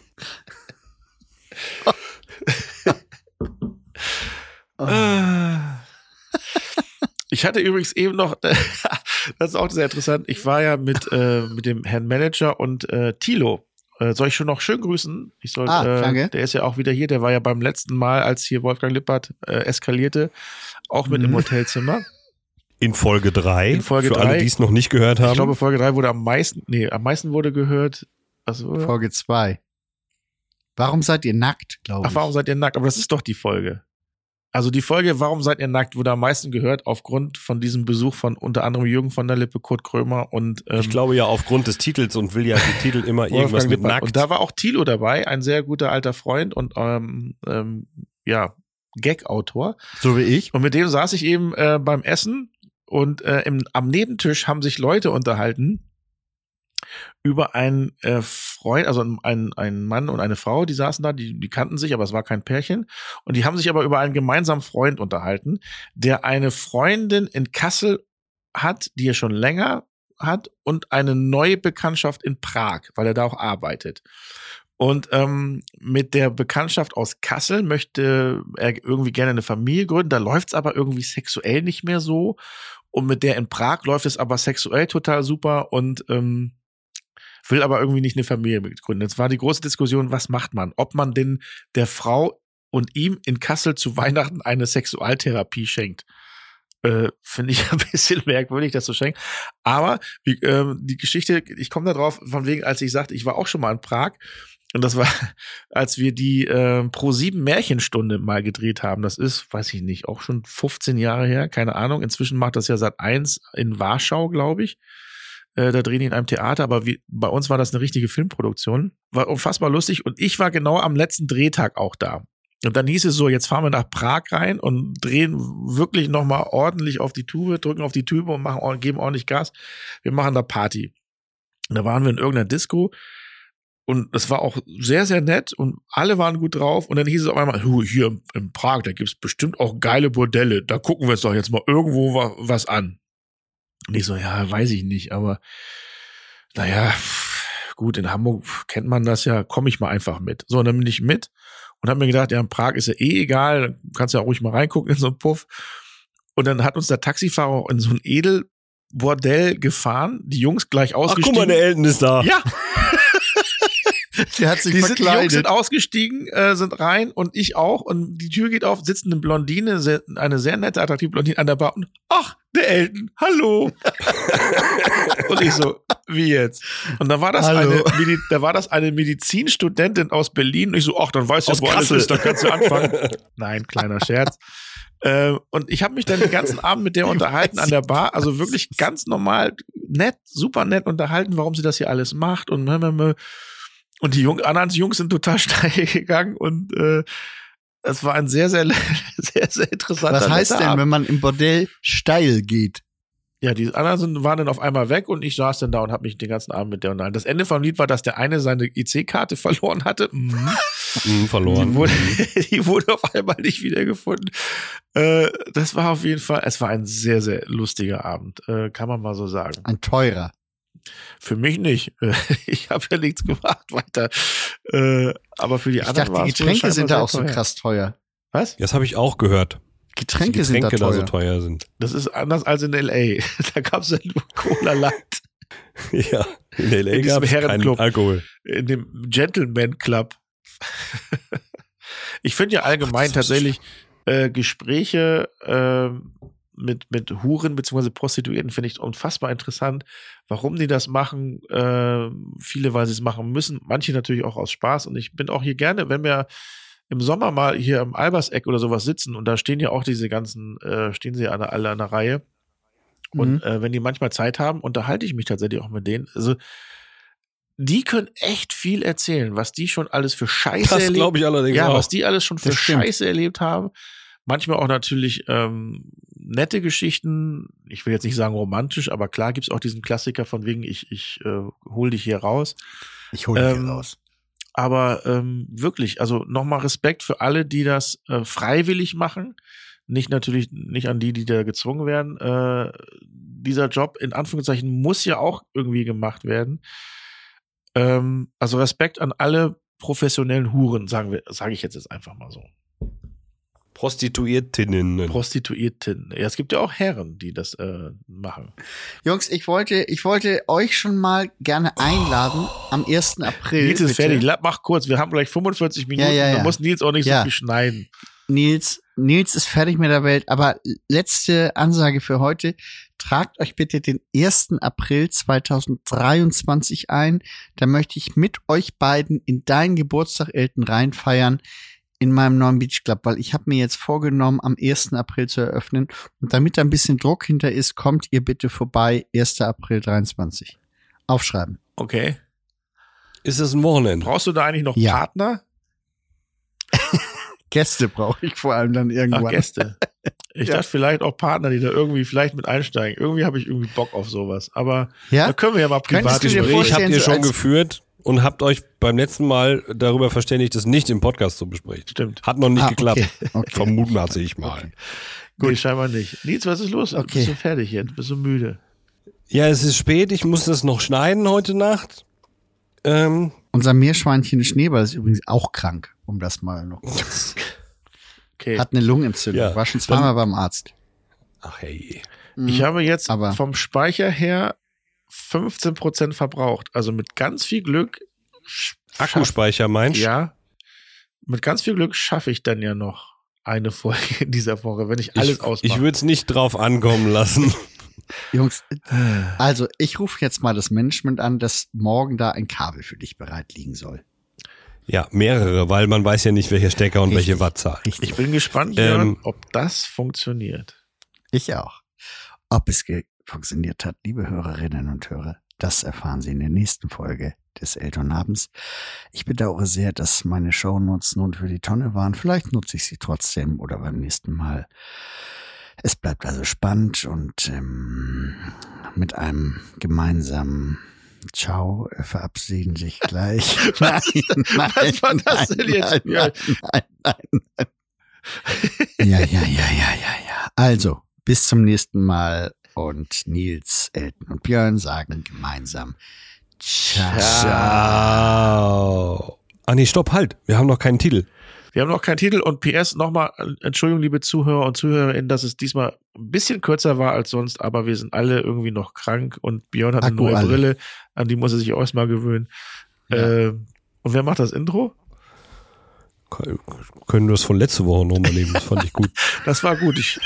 Speaker 4: Ich hatte übrigens eben noch, das ist auch sehr interessant, ich war ja mit, äh, mit dem Herrn Manager und äh, Tilo. Äh, soll ich schon noch schön grüßen? Ich soll,
Speaker 5: Ah,
Speaker 4: äh,
Speaker 5: danke.
Speaker 4: der ist ja auch wieder hier, der war ja beim letzten Mal, als hier Wolfgang Lippert äh, eskalierte, auch mit im
Speaker 5: Mhm.
Speaker 4: Hotelzimmer.
Speaker 2: In Folge 3.
Speaker 4: In Folge
Speaker 2: für
Speaker 4: drei.
Speaker 2: alle, die es noch nicht gehört haben.
Speaker 4: Ich glaube, Folge 3 wurde am meisten, nee, am meisten wurde gehört. Also,
Speaker 5: Folge zwei. Warum seid ihr nackt, glaube ich?
Speaker 4: ach, warum seid ihr nackt? Aber das ist doch die Folge. Also die Folge, warum seid ihr nackt, wurde am meisten gehört aufgrund von diesem Besuch von unter anderem Jürgen von der Lippe, Kurt Krömer und ähm,
Speaker 2: ich glaube ja aufgrund des Titels und will ja den Titel immer irgendwas
Speaker 4: Wolfgang
Speaker 2: mit
Speaker 4: Lippert.
Speaker 2: nackt.
Speaker 4: Und da war auch Thilo dabei, ein sehr guter alter Freund und ähm, ähm, ja, Gag-Autor.
Speaker 5: so wie ich.
Speaker 4: Und mit dem saß ich eben äh, beim Essen und äh, im, am Nebentisch haben sich Leute unterhalten über einen äh, Freund, also einen, einen Mann und eine Frau, die saßen da, die, die kannten sich, aber es war kein Pärchen. Und die haben sich aber über einen gemeinsamen Freund unterhalten, der eine Freundin in Kassel hat, die er schon länger hat und eine neue Bekanntschaft in Prag, weil er da auch arbeitet. Und ähm, mit der Bekanntschaft aus Kassel möchte er irgendwie gerne eine Familie gründen. Da läuft's aber irgendwie sexuell nicht mehr so. Und mit der in Prag läuft es aber sexuell total super und ähm, will aber irgendwie nicht eine Familie gründen. Jetzt war die große Diskussion, was macht man? Ob man denn der Frau und ihm in Kassel zu Weihnachten eine Sexualtherapie schenkt. Äh, Finde ich ein bisschen merkwürdig, das zu schenken. Aber wie, ähm, die Geschichte, ich komme da drauf, von wegen, als ich sagte, ich war auch schon mal in Prag. Und das war, als wir die äh, Pro 7 Märchenstunde mal gedreht haben. Das ist, weiß ich nicht, auch schon 15 Jahre her, keine Ahnung. Inzwischen macht das ja seit 1 in Warschau, glaube ich. Äh, da drehen die in einem Theater, aber wir, bei uns war das eine richtige Filmproduktion. War unfassbar lustig und ich war genau am letzten Drehtag auch da. Und dann hieß es so, jetzt fahren wir nach Prag rein und drehen wirklich nochmal ordentlich auf die Tube, drücken auf die Tube und machen, ord- geben ordentlich Gas. Wir machen da Party. Und da waren wir in irgendeiner Disco und es war auch sehr, sehr nett und alle waren gut drauf. Und dann hieß es auf einmal, "Hu, hier in- in Prag, da gibt's bestimmt auch geile Bordelle. Da gucken wir uns doch jetzt mal irgendwo wa- was an. Und ich so, ja, weiß ich nicht, aber naja, pff, gut, in Hamburg pff, kennt man das ja, komme ich mal einfach mit. So, und dann bin ich mit und habe mir gedacht, ja, in Prag ist ja eh egal, kannst ja auch ruhig mal reingucken in so einen Puff. Und dann hat uns der Taxifahrer auch in so ein Edelbordell gefahren, die Jungs
Speaker 2: Ach,
Speaker 4: gleich
Speaker 2: guck mal,
Speaker 4: ausgestiegen.
Speaker 2: der Elton ist da.
Speaker 4: ja,
Speaker 5: Der hat sich
Speaker 4: die, sind, die Jungs
Speaker 5: verkleidet.
Speaker 4: sind ausgestiegen, äh, sind rein und ich auch. Und die Tür geht auf, sitzt eine Blondine, sehr, eine sehr nette, attraktive Blondine an der Bar und ach, der Elton, hallo. und ich so, wie jetzt? Und da war das,
Speaker 5: Hallo.
Speaker 4: eine, Medi- da war das eine Medizinstudentin aus Berlin. Und ich so, ach, dann weißt du, ja, wo alles ist, dann kannst du anfangen. Nein, kleiner Scherz. Ähm, und ich habe mich dann den ganzen Abend mit der unterhalten an der Bar, also wirklich ganz normal, nett, super nett unterhalten, warum sie das hier alles macht und mö, mö, mö. und die Jung anderen Jungs sind total steil gegangen und äh, es war ein sehr, sehr, sehr, sehr interessanter
Speaker 5: Was heißt
Speaker 4: netter
Speaker 5: denn,
Speaker 4: Abend.
Speaker 5: wenn man im Bordell steil geht?
Speaker 4: Ja, die anderen sind, waren dann auf einmal weg und ich saß dann da und habe mich den ganzen Abend mit der unterhalten. Das Ende vom Lied war, dass der eine seine IC-Karte verloren hatte. Mhm.
Speaker 2: Hm,
Speaker 4: Die
Speaker 2: verloren.
Speaker 4: wurde, die wurde auf einmal nicht wiedergefunden. Äh, das war auf jeden Fall, es war ein sehr, sehr lustiger Abend, äh, kann man mal so sagen.
Speaker 5: Ein teurer.
Speaker 4: Für mich nicht. Äh, Ich habe ja nichts gemacht weiter. Äh, aber für die
Speaker 5: Ich
Speaker 4: anderen
Speaker 5: dachte,
Speaker 4: war
Speaker 5: die
Speaker 4: es wohl
Speaker 5: Getränke sind da
Speaker 4: scheinbar
Speaker 5: auch so
Speaker 4: sehr teuer. Also
Speaker 5: krass teuer.
Speaker 4: Was?
Speaker 2: Das habe ich auch gehört. dass die
Speaker 5: Getränke, sind da
Speaker 2: da,
Speaker 5: teuer.
Speaker 2: so teuer sind.
Speaker 4: Das ist anders als in L.A. Da gab's ja nur Cola Light
Speaker 2: Ja, in L.A.
Speaker 4: In diesem
Speaker 2: gab's keinen
Speaker 4: Herrenclub.
Speaker 2: Alkohol.
Speaker 4: in dem Gentleman Club. Ich finde ja allgemein
Speaker 2: Ach, das ist
Speaker 4: tatsächlich äh, Gespräche ähm, mit, mit Huren bzw. Prostituierten finde ich unfassbar interessant, warum die das machen. Äh, viele, weil sie es machen müssen, manche natürlich auch aus Spaß. Und ich bin auch hier gerne, wenn wir im Sommer mal hier im Alberseck oder sowas sitzen und da stehen ja auch diese ganzen, äh, stehen sie ja alle, alle an der Reihe. Und
Speaker 5: Mhm.
Speaker 4: äh, wenn die manchmal Zeit haben, unterhalte ich mich tatsächlich auch mit denen. Also die können echt viel erzählen, was die schon alles für Scheiße
Speaker 2: Das
Speaker 4: erlebt
Speaker 2: glaube ich allerdings
Speaker 4: ja,
Speaker 2: auch.
Speaker 4: was die alles schon für
Speaker 5: genau. Das stimmt.
Speaker 4: Scheiße erlebt haben. Manchmal auch natürlich ähm, nette Geschichten. Ich will jetzt nicht sagen romantisch, aber klar gibt's auch diesen Klassiker von wegen, ich, ich äh, hol dich hier raus.
Speaker 5: Ich hole dich
Speaker 4: Ähm,
Speaker 5: hier raus.
Speaker 4: Aber ähm, wirklich, also nochmal Respekt für alle, die das äh, freiwillig machen. Nicht natürlich, nicht an die, die da gezwungen werden. Äh, dieser Job in Anführungszeichen muss ja auch irgendwie gemacht werden. Ähm, also Respekt an alle professionellen Huren, sagen wir, sage ich jetzt, jetzt einfach mal so.
Speaker 2: Prostituiertinnen.
Speaker 4: Prostituierten. Ja, es gibt ja auch Herren, die das äh, machen.
Speaker 5: Jungs, ich wollte, ich wollte euch schon mal gerne einladen am 1. April.
Speaker 4: Nils ist
Speaker 5: bitte.
Speaker 4: fertig. La- Mach kurz, wir haben gleich 45 Minuten.
Speaker 5: ja,
Speaker 4: Da
Speaker 5: ja.
Speaker 4: muss Nils auch nicht
Speaker 5: Ja.
Speaker 4: so viel schneiden.
Speaker 5: Nils, Nils ist fertig mit der Welt, aber letzte Ansage für heute. Tragt euch bitte den 1. April 2023 ein. Da möchte ich mit euch beiden in deinen Geburtstag, Elton, reinfeiern in meinem neuen Beach Club, weil ich habe mir jetzt vorgenommen, am 1. April zu eröffnen. Und damit da ein bisschen Druck hinter ist, kommt ihr bitte vorbei, 1. April 23. Aufschreiben.
Speaker 4: Okay.
Speaker 2: Ist das ein Wochenende?
Speaker 4: Brauchst du da eigentlich noch
Speaker 5: Ja.
Speaker 4: Partner?
Speaker 5: Gäste brauche ich vor allem dann
Speaker 4: Ach,
Speaker 5: irgendwann.
Speaker 4: Gäste. Ich dachte vielleicht auch Partner, die da irgendwie vielleicht mit einsteigen. Irgendwie habe ich irgendwie Bock auf sowas. Aber da
Speaker 5: ja?
Speaker 4: können wir ja mal privat
Speaker 5: Könntest du dir
Speaker 4: sprechen.
Speaker 2: Gespräch habt
Speaker 5: vorstellen,
Speaker 2: ihr
Speaker 5: so
Speaker 2: schon
Speaker 5: als-
Speaker 2: geführt und habt euch beim letzten Mal darüber verständigt, das nicht im Podcast zu besprechen.
Speaker 4: Stimmt.
Speaker 2: Hat noch nicht
Speaker 5: Ah,
Speaker 2: geklappt.
Speaker 5: okay. Okay.
Speaker 2: Vermuten hatte ich mal.
Speaker 4: Gut. Nee, scheinbar nicht. Nils, was ist los?
Speaker 5: Okay.
Speaker 4: Bist du fertig jetzt? Bist du müde?
Speaker 2: Ja, es ist spät, ich muss das noch schneiden heute Nacht. Ähm,
Speaker 5: Unser Meerschweinchen Schneeball ist übrigens auch krank, um das mal noch.
Speaker 4: Okay.
Speaker 5: Hat eine Lungenentzündung,
Speaker 2: Ja,
Speaker 5: war schon zweimal beim Arzt.
Speaker 2: ach hey.
Speaker 4: ich habe jetzt
Speaker 5: Mhm. aber-
Speaker 4: vom Speicher her 15% verbraucht. Also mit ganz viel Glück. sch-
Speaker 2: Akkuspeicher meinst du?
Speaker 4: Ja. Mit ganz viel Glück schaffe ich dann ja noch eine Folge in dieser Woche, wenn ich alles
Speaker 2: ich,
Speaker 4: ausmache.
Speaker 2: Ich würde es nicht drauf ankommen lassen.
Speaker 5: Jungs, also ich rufe jetzt mal das Management an, dass morgen da ein Kabel für dich bereit liegen soll.
Speaker 2: ja, mehrere, weil man weiß ja nicht, welcher Stecker und welche Wattzahl.
Speaker 5: Richtig.
Speaker 4: ich bin gespannt,
Speaker 2: Ähm,
Speaker 4: Jörn, ob das funktioniert.
Speaker 5: Ich auch. Ob es ge- funktioniert hat, liebe Hörerinnen und Hörer, das erfahren Sie in der nächsten Folge des Elternabends. Ich bedauere sehr, dass meine Shownotes nun für die Tonne waren. Vielleicht nutze ich sie trotzdem oder beim nächsten Mal. Es bleibt also spannend und ähm, mit einem gemeinsamen Ciao äh, verabschieden sich gleich.
Speaker 4: Was ist
Speaker 5: nein, nein,
Speaker 4: was war das denn jetzt?
Speaker 5: Nein, nein, nein, nein. ja, ja, ja, ja, ja, ja. Also, bis zum nächsten Mal und Nils, Elton und Björn sagen gemeinsam Ciao.
Speaker 2: Ciao. Ah nee, stopp, halt. Wir haben noch keinen Titel.
Speaker 4: Wir haben noch keinen Titel und PS nochmal, äh, Entschuldigung, liebe Zuhörer und Zuhörerinnen, dass es diesmal ein bisschen kürzer war als sonst, aber wir sind alle irgendwie noch krank und Björn hat eine
Speaker 5: Akku
Speaker 4: neue
Speaker 5: alle.
Speaker 4: Brille, an die muss er sich auch erstmal gewöhnen.
Speaker 5: Ja.
Speaker 4: Äh, und wer macht das Intro?
Speaker 2: Können wir das von letzte Woche nochmal nehmen? Das fand ich gut.
Speaker 4: Das war gut. Ich,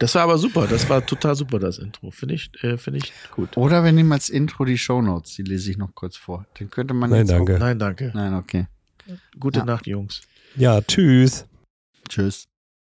Speaker 4: das war aber super. Das war total super, das Intro. Finde ich, äh, finde ich gut.
Speaker 5: Oder wir nehmen als Intro die Shownotes, die lese ich noch kurz vor. Dann könnte man
Speaker 2: Nein,
Speaker 5: jetzt
Speaker 2: danke.
Speaker 4: Nein, danke.
Speaker 5: Auch, nein, okay.
Speaker 4: Gute
Speaker 5: Ja.
Speaker 4: Nacht, Jungs.
Speaker 2: Ja, tschüss.
Speaker 5: Tschüss.